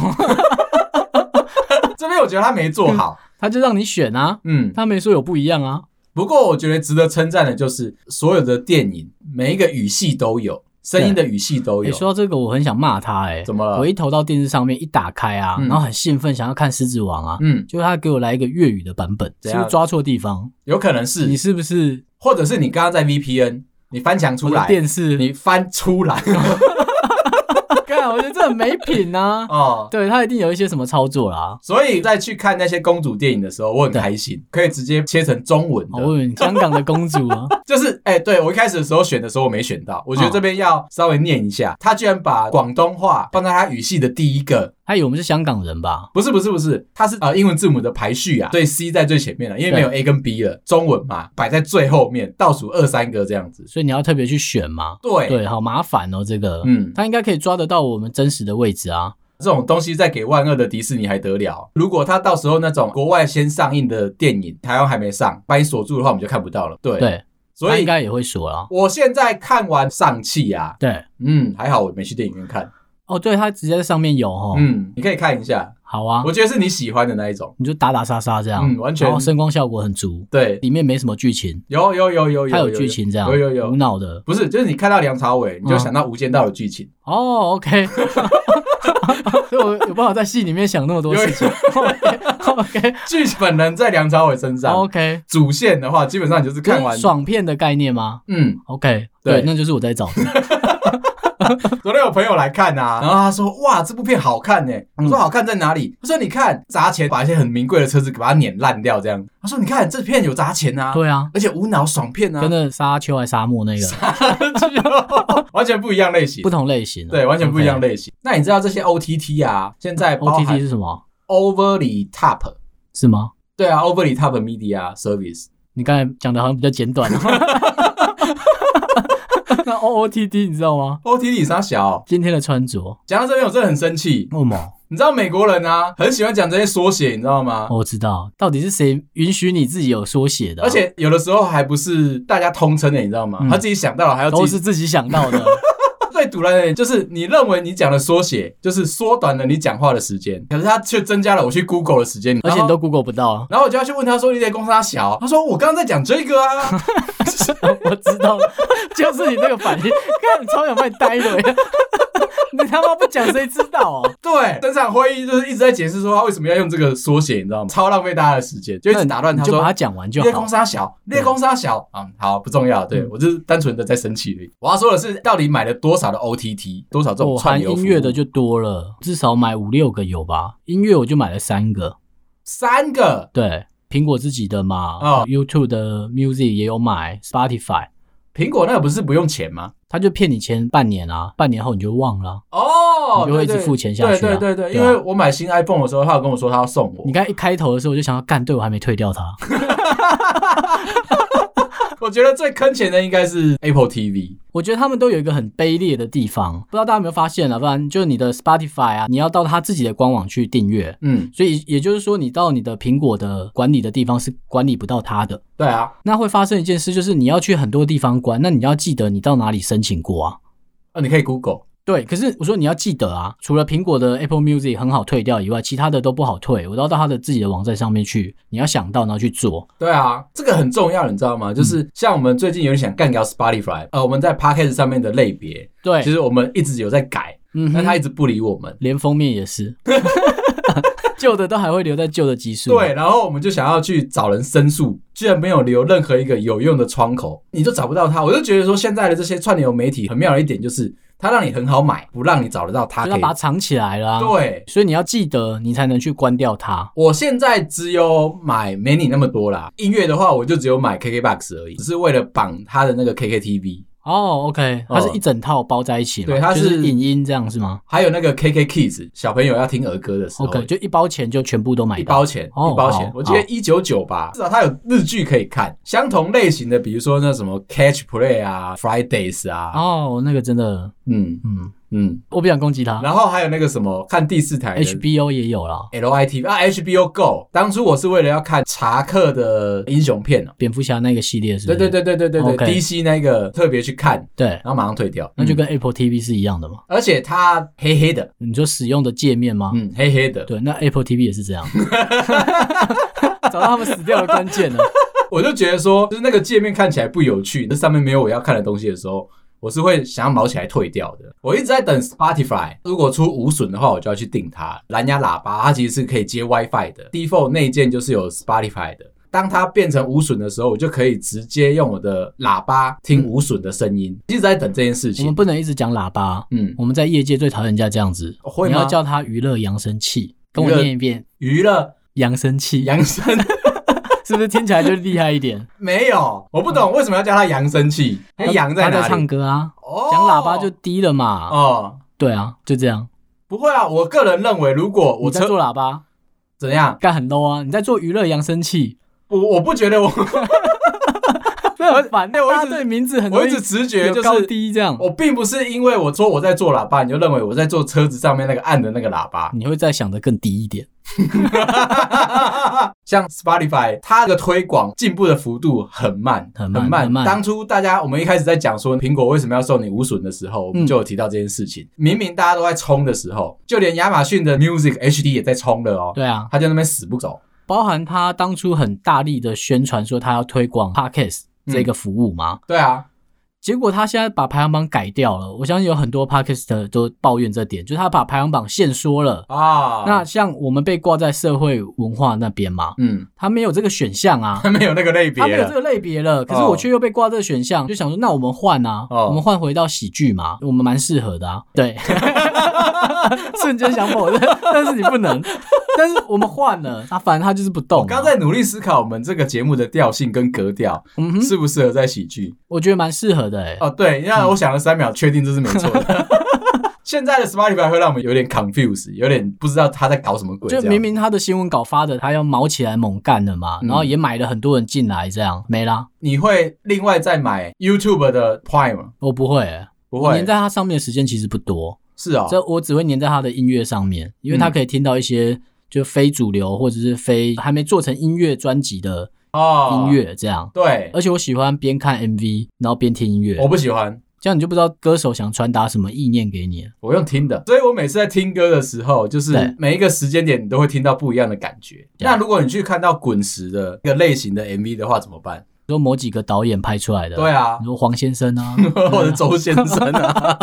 Speaker 1: (laughs) 这边我觉得他没做好，
Speaker 2: 他就让你选啊，
Speaker 1: 嗯。
Speaker 2: 他没说有不一样啊。
Speaker 1: 不过我觉得值得称赞的就是所有的电影每一个语系都有，声音的语系都
Speaker 2: 你、
Speaker 1: 有。
Speaker 2: 说到这个，我很想骂他哎、
Speaker 1: 怎么了
Speaker 2: 我一投到电视上面一打开啊，
Speaker 1: 嗯
Speaker 2: 然后很兴奋想要看《狮子王》啊，
Speaker 1: 嗯，
Speaker 2: 结果他给我来一个粤语的版本，
Speaker 1: 怎
Speaker 2: 是
Speaker 1: 样
Speaker 2: 不是抓错地方？
Speaker 1: 有可能是，
Speaker 2: 你是不是
Speaker 1: 或者是你刚刚在 VPN，你翻墙
Speaker 2: 我
Speaker 1: 出
Speaker 2: 的
Speaker 1: 来，
Speaker 2: 电视？
Speaker 1: 你翻出
Speaker 2: (laughs)
Speaker 1: 来。
Speaker 2: 看，我觉得这很没品啊
Speaker 1: (laughs) 哦。
Speaker 2: 对他一定有一些什么操作啦。
Speaker 1: 所以在去看那些公主电影的时候，我很开心，可以直接切成中文的。
Speaker 2: 哦我问你，香港的公主
Speaker 1: (laughs)
Speaker 2: 啊，
Speaker 1: 就是哎、对我一开始的时候选的时候我没选到，我
Speaker 2: 哦
Speaker 1: 觉得这边要稍微念一下，他居然把广东话放在他语系的第一个，
Speaker 2: 他以哎为我们是香港人吧？
Speaker 1: 不是不是不是，它是呃英文字母的排序啊，所以 C 在最前面了，因为没有 A 跟 B 了，中文嘛摆在最后面，倒数二三个这样子。
Speaker 2: 所以你要特别去选嘛。
Speaker 1: 对，
Speaker 2: 对，好麻烦哦，这个。
Speaker 1: 嗯，
Speaker 2: 他应该可以抓得到我们真实的位置啊。
Speaker 1: 这种东西再给万恶的迪士尼还得了？如果他到时候那种国外先上映的电影，台湾还没上，把你锁住的话，我们就看不到了。对，
Speaker 2: 对，
Speaker 1: 所
Speaker 2: 他应
Speaker 1: 以
Speaker 2: 该也会说啦。
Speaker 1: 我现在看完上汽啊，
Speaker 2: 对，
Speaker 1: 嗯，还好我没去电影院看，
Speaker 2: 哦，对，他直接在上面有哦。
Speaker 1: 嗯，你可以看一下，
Speaker 2: 好啊，
Speaker 1: 我觉得是你喜欢的那一种。
Speaker 2: 你就打打杀杀这样，
Speaker 1: 嗯完全
Speaker 2: 然后声光效果很足，
Speaker 1: 对，
Speaker 2: 里面没什么剧情，
Speaker 1: 有有有有有，
Speaker 2: 它有剧情这样，
Speaker 1: 有有有
Speaker 2: 无脑的。
Speaker 1: 不是，就是你看到梁朝伟，你就
Speaker 2: 嗯
Speaker 1: 想到《无间道》的剧情。
Speaker 2: 哦，OK，所以我有办法在戏里面想那么多事情。OK
Speaker 1: 剧本人在梁朝伟身
Speaker 2: OK
Speaker 1: 上， (laughs)
Speaker 2: OK，
Speaker 1: 主线的话，基本上你就是看完。
Speaker 2: 哦爽片的概念吗
Speaker 1: 嗯，
Speaker 2: ？OK，
Speaker 1: 对
Speaker 2: 对，那就是我在找的。
Speaker 1: (laughs) 昨天有朋友来看啊，
Speaker 2: 嗯
Speaker 1: 然后他说：“哇，这部片好看呢。”我说：“好看在哪里？”他说：“你看，砸钱把一些很名贵的车子把它碾烂掉，这样。”他说：“你看这片有砸钱啊，
Speaker 2: 对啊，
Speaker 1: 而且无脑爽片啊
Speaker 2: 跟，那沙丘还沙漠那个
Speaker 1: (laughs) 完全不一样类型
Speaker 2: 不。同类型啊，
Speaker 1: 对，完全不一样
Speaker 2: OK。
Speaker 1: 类型。那你知道这些 OTT 啊，现在包
Speaker 2: OTT
Speaker 1: 含
Speaker 2: 是什么？
Speaker 1: Overly Top，
Speaker 2: 是吗？
Speaker 1: 对啊，Overly Top Media Service。
Speaker 2: 你刚才讲的好像比较简短。啊 (laughs) 那 OOTD 你知道吗？
Speaker 1: OTT 啥小？
Speaker 2: 今天的穿着，
Speaker 1: 讲到这边，我真的很生气。
Speaker 2: 为什么？
Speaker 1: 你知道美国人啊，很喜欢讲这些缩写，你知道吗？
Speaker 2: 我知道，到底是谁允许你自己有缩写哦的啊、
Speaker 1: 而且有的时候还不是大家通称的，你知道吗？
Speaker 2: 嗯
Speaker 1: 他自己想到了，还要
Speaker 2: 都
Speaker 1: 自己
Speaker 2: 是自己想到的。
Speaker 1: 最堵然的点就是，你认为你讲的缩写就是缩短了你讲话的时间，可是它却增加了我去 Google 的时间，
Speaker 2: 而
Speaker 1: 然
Speaker 2: 且你
Speaker 1: 后，
Speaker 2: 都 Google 不到啊 (laughs)
Speaker 1: 然后我就要去问他说你在公司他小，他说我刚刚在讲这个啊，
Speaker 2: 我知道，就是你这个反应，看超想把你呆了。 (laughs) 你他妈不讲谁知道哦？
Speaker 1: 对，整场会议就是一直在解释说他为什么要用这个缩写，你知道吗？超浪费大家的时间，就一直打乱他
Speaker 2: 你就把
Speaker 1: 说
Speaker 2: 它讲完就
Speaker 1: 猎
Speaker 2: 好
Speaker 1: 公。杀小，猎公杀小啊、嗯好不重要。对、
Speaker 2: 嗯
Speaker 1: 我就是单纯的在生气而已。我要说的是，到底买了多少的 OTT，多少这种
Speaker 2: 我
Speaker 1: 串
Speaker 2: 哦含
Speaker 1: 流
Speaker 2: 音
Speaker 1: 服务
Speaker 2: 乐的就多了，至少买五六个有吧。音乐我就买了三个，
Speaker 1: 三个，
Speaker 2: 对，苹果自己的嘛、
Speaker 1: 哦
Speaker 2: y o u t u b e 的 Music 也有买，Spotify，
Speaker 1: 苹果那个不是不用钱吗？
Speaker 2: 他就骗你前半年啊，半年后你就忘了啊、
Speaker 1: 哦，
Speaker 2: 你就会一直
Speaker 1: 对对
Speaker 2: 付钱下去啊
Speaker 1: 对对对对，
Speaker 2: 对
Speaker 1: 因
Speaker 2: 啊
Speaker 1: 为我买新 iPhone 的时候，他有跟我说他要送我
Speaker 2: 你，刚一开头的时候，我就想要干，对我还没退掉它。 (laughs)
Speaker 1: 我觉得最坑钱的应该是 Apple TV。
Speaker 2: 我觉得他们都有一个很卑劣的地方，不知道大家有没有发现啊？不然就你的 Spotify 啊，你要到他自己的官网去订阅，
Speaker 1: 嗯，
Speaker 2: 所以也就是说，你到你的苹果的管理的地方是管理不到它的。
Speaker 1: 对啊，
Speaker 2: 那会发生一件事，就是你要去很多地方关，那你要记得你到哪里申请过啊。
Speaker 1: 哦，你可以 Google。
Speaker 2: 对，可是我说你要记得啊，除了苹果的 Apple Music 很好退掉以外，其他的都不好退。我都要到他的自己的网站上面去，你要想到然后去做。
Speaker 1: 对啊，这个很重要，你知道
Speaker 2: 嗯
Speaker 1: 吗？就是像我们最近有点想干掉 Spotify，呃，我们在 Podcast 上面的类别，
Speaker 2: 对，
Speaker 1: 其实我们一直有在改，
Speaker 2: 嗯
Speaker 1: 但
Speaker 2: 哼，
Speaker 1: 他一直不理我们。
Speaker 2: 连封面也 (laughs) 是，旧的都还会留在旧的集数。啊
Speaker 1: 对，然后我们就想要去找人申诉，居然没有留任何一个有用的窗口，你就找不到他。我就觉得说，现在的这些串流媒体很妙的一点就是，它让你很好买，不让你找得到他可
Speaker 2: 就要
Speaker 1: 以
Speaker 2: 把它。藏起来啦、
Speaker 1: 对，
Speaker 2: 所以你要记得，你才能去关掉它。
Speaker 1: 我现在只有买没你那么多啦。音乐的话，我就只有买 KKBox 而已，只是为了绑它的那个 KKTV，
Speaker 2: 哦、o k 它是一整套包在一起嘛？
Speaker 1: 对它
Speaker 2: 就是是影音这样是吗
Speaker 1: 还有那个 KK Kids 小朋友要听儿歌的时候
Speaker 2: ？OK，就一包钱就全部都买
Speaker 1: 一
Speaker 2: 到。
Speaker 1: 包钱，
Speaker 2: 哦
Speaker 1: 一包钱
Speaker 2: 好，
Speaker 1: 我记得一九九吧，至少它有日剧可以看。相同类型的，比如说那什么 Catch Play 啊、Fridays 啊，
Speaker 2: 哦那个真的，
Speaker 1: 嗯
Speaker 2: 嗯，
Speaker 1: 嗯，
Speaker 2: 我不想攻击它。
Speaker 1: 然后还有那个什么看第四台的
Speaker 2: HBO 也有啦，
Speaker 1: LITV 啊，HBO Go。当初我是为了要看查克的英雄片哦，
Speaker 2: 蝙蝠侠那个系列是不
Speaker 1: 对
Speaker 2: 是？
Speaker 1: 对对对对对对
Speaker 2: OK
Speaker 1: ，DC 那个特别去看，
Speaker 2: 对，
Speaker 1: 然后马上退掉，
Speaker 2: 那就
Speaker 1: 嗯
Speaker 2: 跟 Apple TV 是一样的嘛。
Speaker 1: 而且它黑黑的，
Speaker 2: 你说使用的界面吗？
Speaker 1: 嗯，黑黑的，
Speaker 2: 对，那 Apple TV 也
Speaker 1: (laughs)
Speaker 2: 是这样。找到他们死掉的关键了。
Speaker 1: (laughs) 我就觉得说，就是那个界面看起来不有趣，那上面没有我要看的东西的时候，我是会想要毛起来退掉的。我一直在等 Spotify，如果出无损的话，我就要去订它。蓝牙喇叭它其实是可以接 WiFi 的，default 内建就是有 Spotify 的。当它变成无损的时候，我就可以直接用我的喇叭听无损的声音。一直在等这件事
Speaker 2: 我们
Speaker 1: 情。
Speaker 2: 不能一直讲喇叭，
Speaker 1: 嗯，
Speaker 2: 我们在业界最讨厌人家这样子。
Speaker 1: 会
Speaker 2: 你
Speaker 1: 吗
Speaker 2: 要？叫它娱乐扬声器，跟我
Speaker 1: 娱乐
Speaker 2: 念一遍，
Speaker 1: 娱乐
Speaker 2: 扬声器，
Speaker 1: 扬声
Speaker 2: 是不是听起来就厉害
Speaker 1: (laughs)
Speaker 2: 一点？
Speaker 1: 没有，我不懂为什么要叫它扬声器？它哎扬在
Speaker 2: 他
Speaker 1: 哪
Speaker 2: 在
Speaker 1: 里？
Speaker 2: 唱歌啊，
Speaker 1: 哦
Speaker 2: 讲喇叭就低了嘛。
Speaker 1: 哦。
Speaker 2: 对啊，就这样。
Speaker 1: 不会啊，我个人认为，如果我
Speaker 2: 你在
Speaker 1: 车
Speaker 2: 做喇叭，
Speaker 1: 怎样，
Speaker 2: 干很 low 啊。你在做娱乐扬声器，
Speaker 1: 我我不觉得我，
Speaker 2: 这很烦。
Speaker 1: 我一
Speaker 2: 大
Speaker 1: 直
Speaker 2: 家对名字很
Speaker 1: (laughs) 我
Speaker 2: 容
Speaker 1: 一
Speaker 2: 易
Speaker 1: 直直觉就
Speaker 2: 有高
Speaker 1: 是，
Speaker 2: 低这样。
Speaker 1: 我并不是因为我说我在做喇叭，你就认为我在做车子上面那个按的那个喇
Speaker 2: (laughs)
Speaker 1: 叭。
Speaker 2: 你会再想的更低一点。
Speaker 1: 像 Spotify，它的推广进步的幅度很慢，
Speaker 2: 很慢很慢
Speaker 1: 当初大家我们一开始在讲说苹果为什么要送你无损的时候，我们
Speaker 2: 嗯
Speaker 1: 就有提到这件事情。明明大家都在冲的时候，就连亚马逊的 Music HD 也在冲了哦，
Speaker 2: 对啊，
Speaker 1: 它就那边死不走。
Speaker 2: 包含他当初很大力的宣传说他要推广 podcast
Speaker 1: 嗯
Speaker 2: 这个服务嘛，
Speaker 1: 对啊，
Speaker 2: 结果他现在把排行榜改掉了。我相信有很多 podcast 都抱怨这点，就是他把排行榜限缩了。
Speaker 1: 啊，
Speaker 2: 那像我们被挂在社会文化那边嘛，
Speaker 1: 嗯，
Speaker 2: 他没有这个选项啊，
Speaker 1: 它没有那个类别
Speaker 2: 他没有
Speaker 1: 了。
Speaker 2: 这个类别了。可是我却又被挂这个选项，就想说那我们换啊，
Speaker 1: 哦
Speaker 2: 我们换回到喜剧嘛，我们蛮适合的啊。
Speaker 1: (laughs)
Speaker 2: 对，瞬间想否认， (laughs) 但是你不能。但是我们换了，他反正他就是不动、啊。
Speaker 1: 我刚在努力思考我们这个节目的调性跟格调，
Speaker 2: 嗯哼
Speaker 1: 适不适合在喜剧？
Speaker 2: 我觉得蛮适合的诶、欸
Speaker 1: 哦，对，
Speaker 2: 嗯
Speaker 1: 那我想了三秒，确定这是没错的。 (laughs) 现在的 Spotify 会让我们有点 confuse，有点不知道他在搞什么鬼这
Speaker 2: 就
Speaker 1: 样。
Speaker 2: 明明他的新闻稿发的，他要毛起来猛干的嘛，
Speaker 1: 嗯
Speaker 2: 然后也买了很多人进来，这样没啦。
Speaker 1: 你会另外再买 YouTube 的 Prime 吗？
Speaker 2: 我不会、欸，
Speaker 1: 不
Speaker 2: 我
Speaker 1: 会
Speaker 2: 粘，在他上面的时间其实不多，
Speaker 1: 是哦，
Speaker 2: 这我只会粘在他的音乐上面，因为他
Speaker 1: 嗯
Speaker 2: 可以听到一些就非主流或者是非还没做成音乐专辑的
Speaker 1: 哦
Speaker 2: 音乐呃这样。
Speaker 1: 对，
Speaker 2: 而且我喜欢边看 MV 然后边听音乐
Speaker 1: 我，不喜欢，
Speaker 2: 这样你就不知道歌手想传达什么意念给你了。
Speaker 1: 我用听的，所以我每次在听歌的时候，就是
Speaker 2: 对
Speaker 1: 每一个时间点你都会听到不一样的感觉。
Speaker 2: 对啊
Speaker 1: 那如果你去看到滚石的一个类型的 MV 的话，怎么办？
Speaker 2: 说某几个导演拍出来的，
Speaker 1: 对啊 (laughs)
Speaker 2: 嗯你，说黄先生啊，
Speaker 1: 或者周先生啊，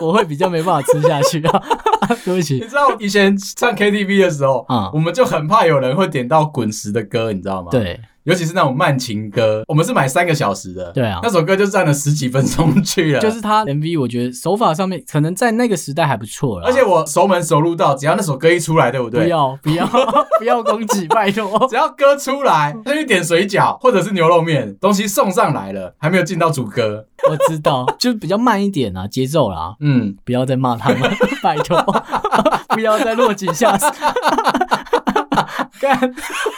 Speaker 2: 我会比较没办法吃下去啊。 (laughs) 对不
Speaker 1: 你
Speaker 2: 起，
Speaker 1: 知道以前唱 KTV 的时候，
Speaker 2: 嗯
Speaker 1: 我们就很怕有人会点到滚石的歌，你知道吗？，
Speaker 2: 对
Speaker 1: 尤其是那种慢情歌，我们是买三个小时的，
Speaker 2: 对啊
Speaker 1: 那啊首歌就占了十几分钟去了，
Speaker 2: 就是他 MV，我觉得手法上面可能在那个时代还不错了。
Speaker 1: 而且我熟门熟路到，只要那首歌一出来，对不
Speaker 2: 不
Speaker 1: 对？
Speaker 2: 要不要 (laughs) 不要攻击，拜托。
Speaker 1: 只要歌出来，他去点水饺或者是牛肉面，东西送上来了，还没有进到主歌，
Speaker 2: 我知道，就比较慢一点啊，节奏啦，
Speaker 1: 嗯，
Speaker 2: 不要再骂他们， (laughs) 拜托，不要再落井下石。 (laughs) 干，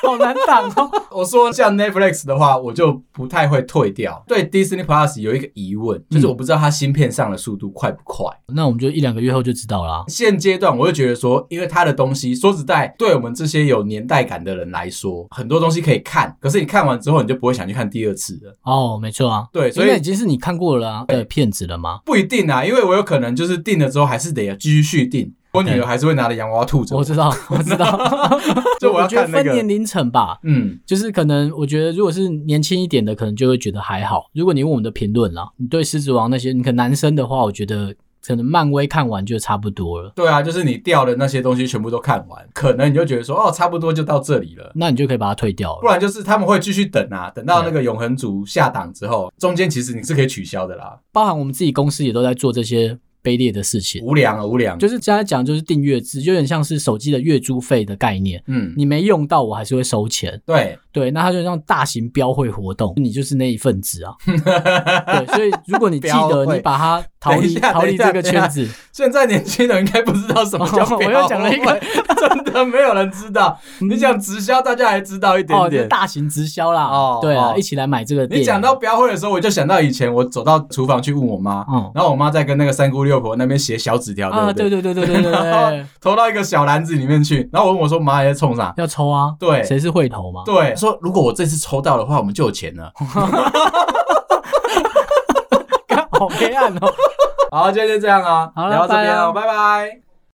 Speaker 2: 好难挡哦。
Speaker 1: 我说像 Netflix 的话，我就不太会退掉。对 Disney Plus 有一个疑问，
Speaker 2: 嗯
Speaker 1: 就是我不知道它芯片上的速度快不快。
Speaker 2: 那我们就一两个月后就知道啦。
Speaker 1: 现阶段，我就觉得说，因为它的东西说实在，对我们这些有年代感的人来说，很多东西可以看，可是你看完之后，你就不会想去看第二次了。
Speaker 2: 哦，没错啊，
Speaker 1: 对所以
Speaker 2: 因为已经是你看过了啊的片子了吗？
Speaker 1: 不一定啊，因为我有可能就是订了之后，还是得继续续订。我女儿还是会拿着洋娃娃兔着
Speaker 2: 我
Speaker 1: 我，
Speaker 2: 知道，我知道，
Speaker 1: (laughs) 就我要
Speaker 2: 觉得
Speaker 1: 看那
Speaker 2: 分
Speaker 1: 个
Speaker 2: 年。龄层吧。
Speaker 1: 嗯，
Speaker 2: 就是可能，我觉得如果是年轻一点的，可能就会觉得还好。如果你问我们的评论啦，你对《狮子王》那些，你可能男生的话，我觉得可能漫威看完就差不多了，
Speaker 1: 对啊，就是你掉的那些东西全部都看完，可能你就觉得说，哦，差不多就到这里了。
Speaker 2: 那你就可以把它退掉
Speaker 1: 不
Speaker 2: 了。
Speaker 1: 然就是他们会继续等啊，等到那个永恒族下档之后，中间其实你是可以取消的啦。
Speaker 2: 包含我们自己公司也都在做这些卑劣的事情，
Speaker 1: 无良啊，无良，
Speaker 2: 就是现在讲就是订阅制，就有点像是手机的月租费的概念。
Speaker 1: 嗯，
Speaker 2: 你没用到，我还是会收钱。
Speaker 1: 对，
Speaker 2: 对，那它就像大型标会活动，你就是那一份子啊。
Speaker 1: (laughs)
Speaker 2: 对，所以如果你记
Speaker 1: 标
Speaker 2: 得
Speaker 1: 会
Speaker 2: 你把它逃
Speaker 1: 等一
Speaker 2: 离
Speaker 1: 下
Speaker 2: 逃
Speaker 1: 等
Speaker 2: 离
Speaker 1: 一下
Speaker 2: 这个圈子，
Speaker 1: 现在年轻人应该不知道什么叫
Speaker 2: 哦我又讲了一个
Speaker 1: 表
Speaker 2: 嗯
Speaker 1: 会， (laughs) 真的没有人知道。你讲直销，大家还知道一点
Speaker 2: 哦，就
Speaker 1: 点。
Speaker 2: 大型直销啦。
Speaker 1: 哦
Speaker 2: 对啊
Speaker 1: 哦，
Speaker 2: 一起来买这个店。
Speaker 1: 你讲到标会的时候，我就想到以前我走到厨房去问我妈，
Speaker 2: 嗯
Speaker 1: 然后我妈在跟那个三姑六婆那边写小纸条，对
Speaker 2: 啊，
Speaker 1: 不
Speaker 2: 对
Speaker 1: 对？
Speaker 2: 对对对对对
Speaker 1: 然 (laughs)
Speaker 2: 对
Speaker 1: 后，投到一个小篮子里面去，然后我问我说：“妈，你在冲啥
Speaker 2: 要抽啊？”。
Speaker 1: 对
Speaker 2: 谁是会头吗？
Speaker 1: 对，说如果我这次抽到的话，我们就有钱了。
Speaker 2: 好黑暗哦。
Speaker 1: 好，今天就这样啊，
Speaker 2: 好了
Speaker 1: 聊到这边哦，
Speaker 2: 拜
Speaker 1: 拜拜。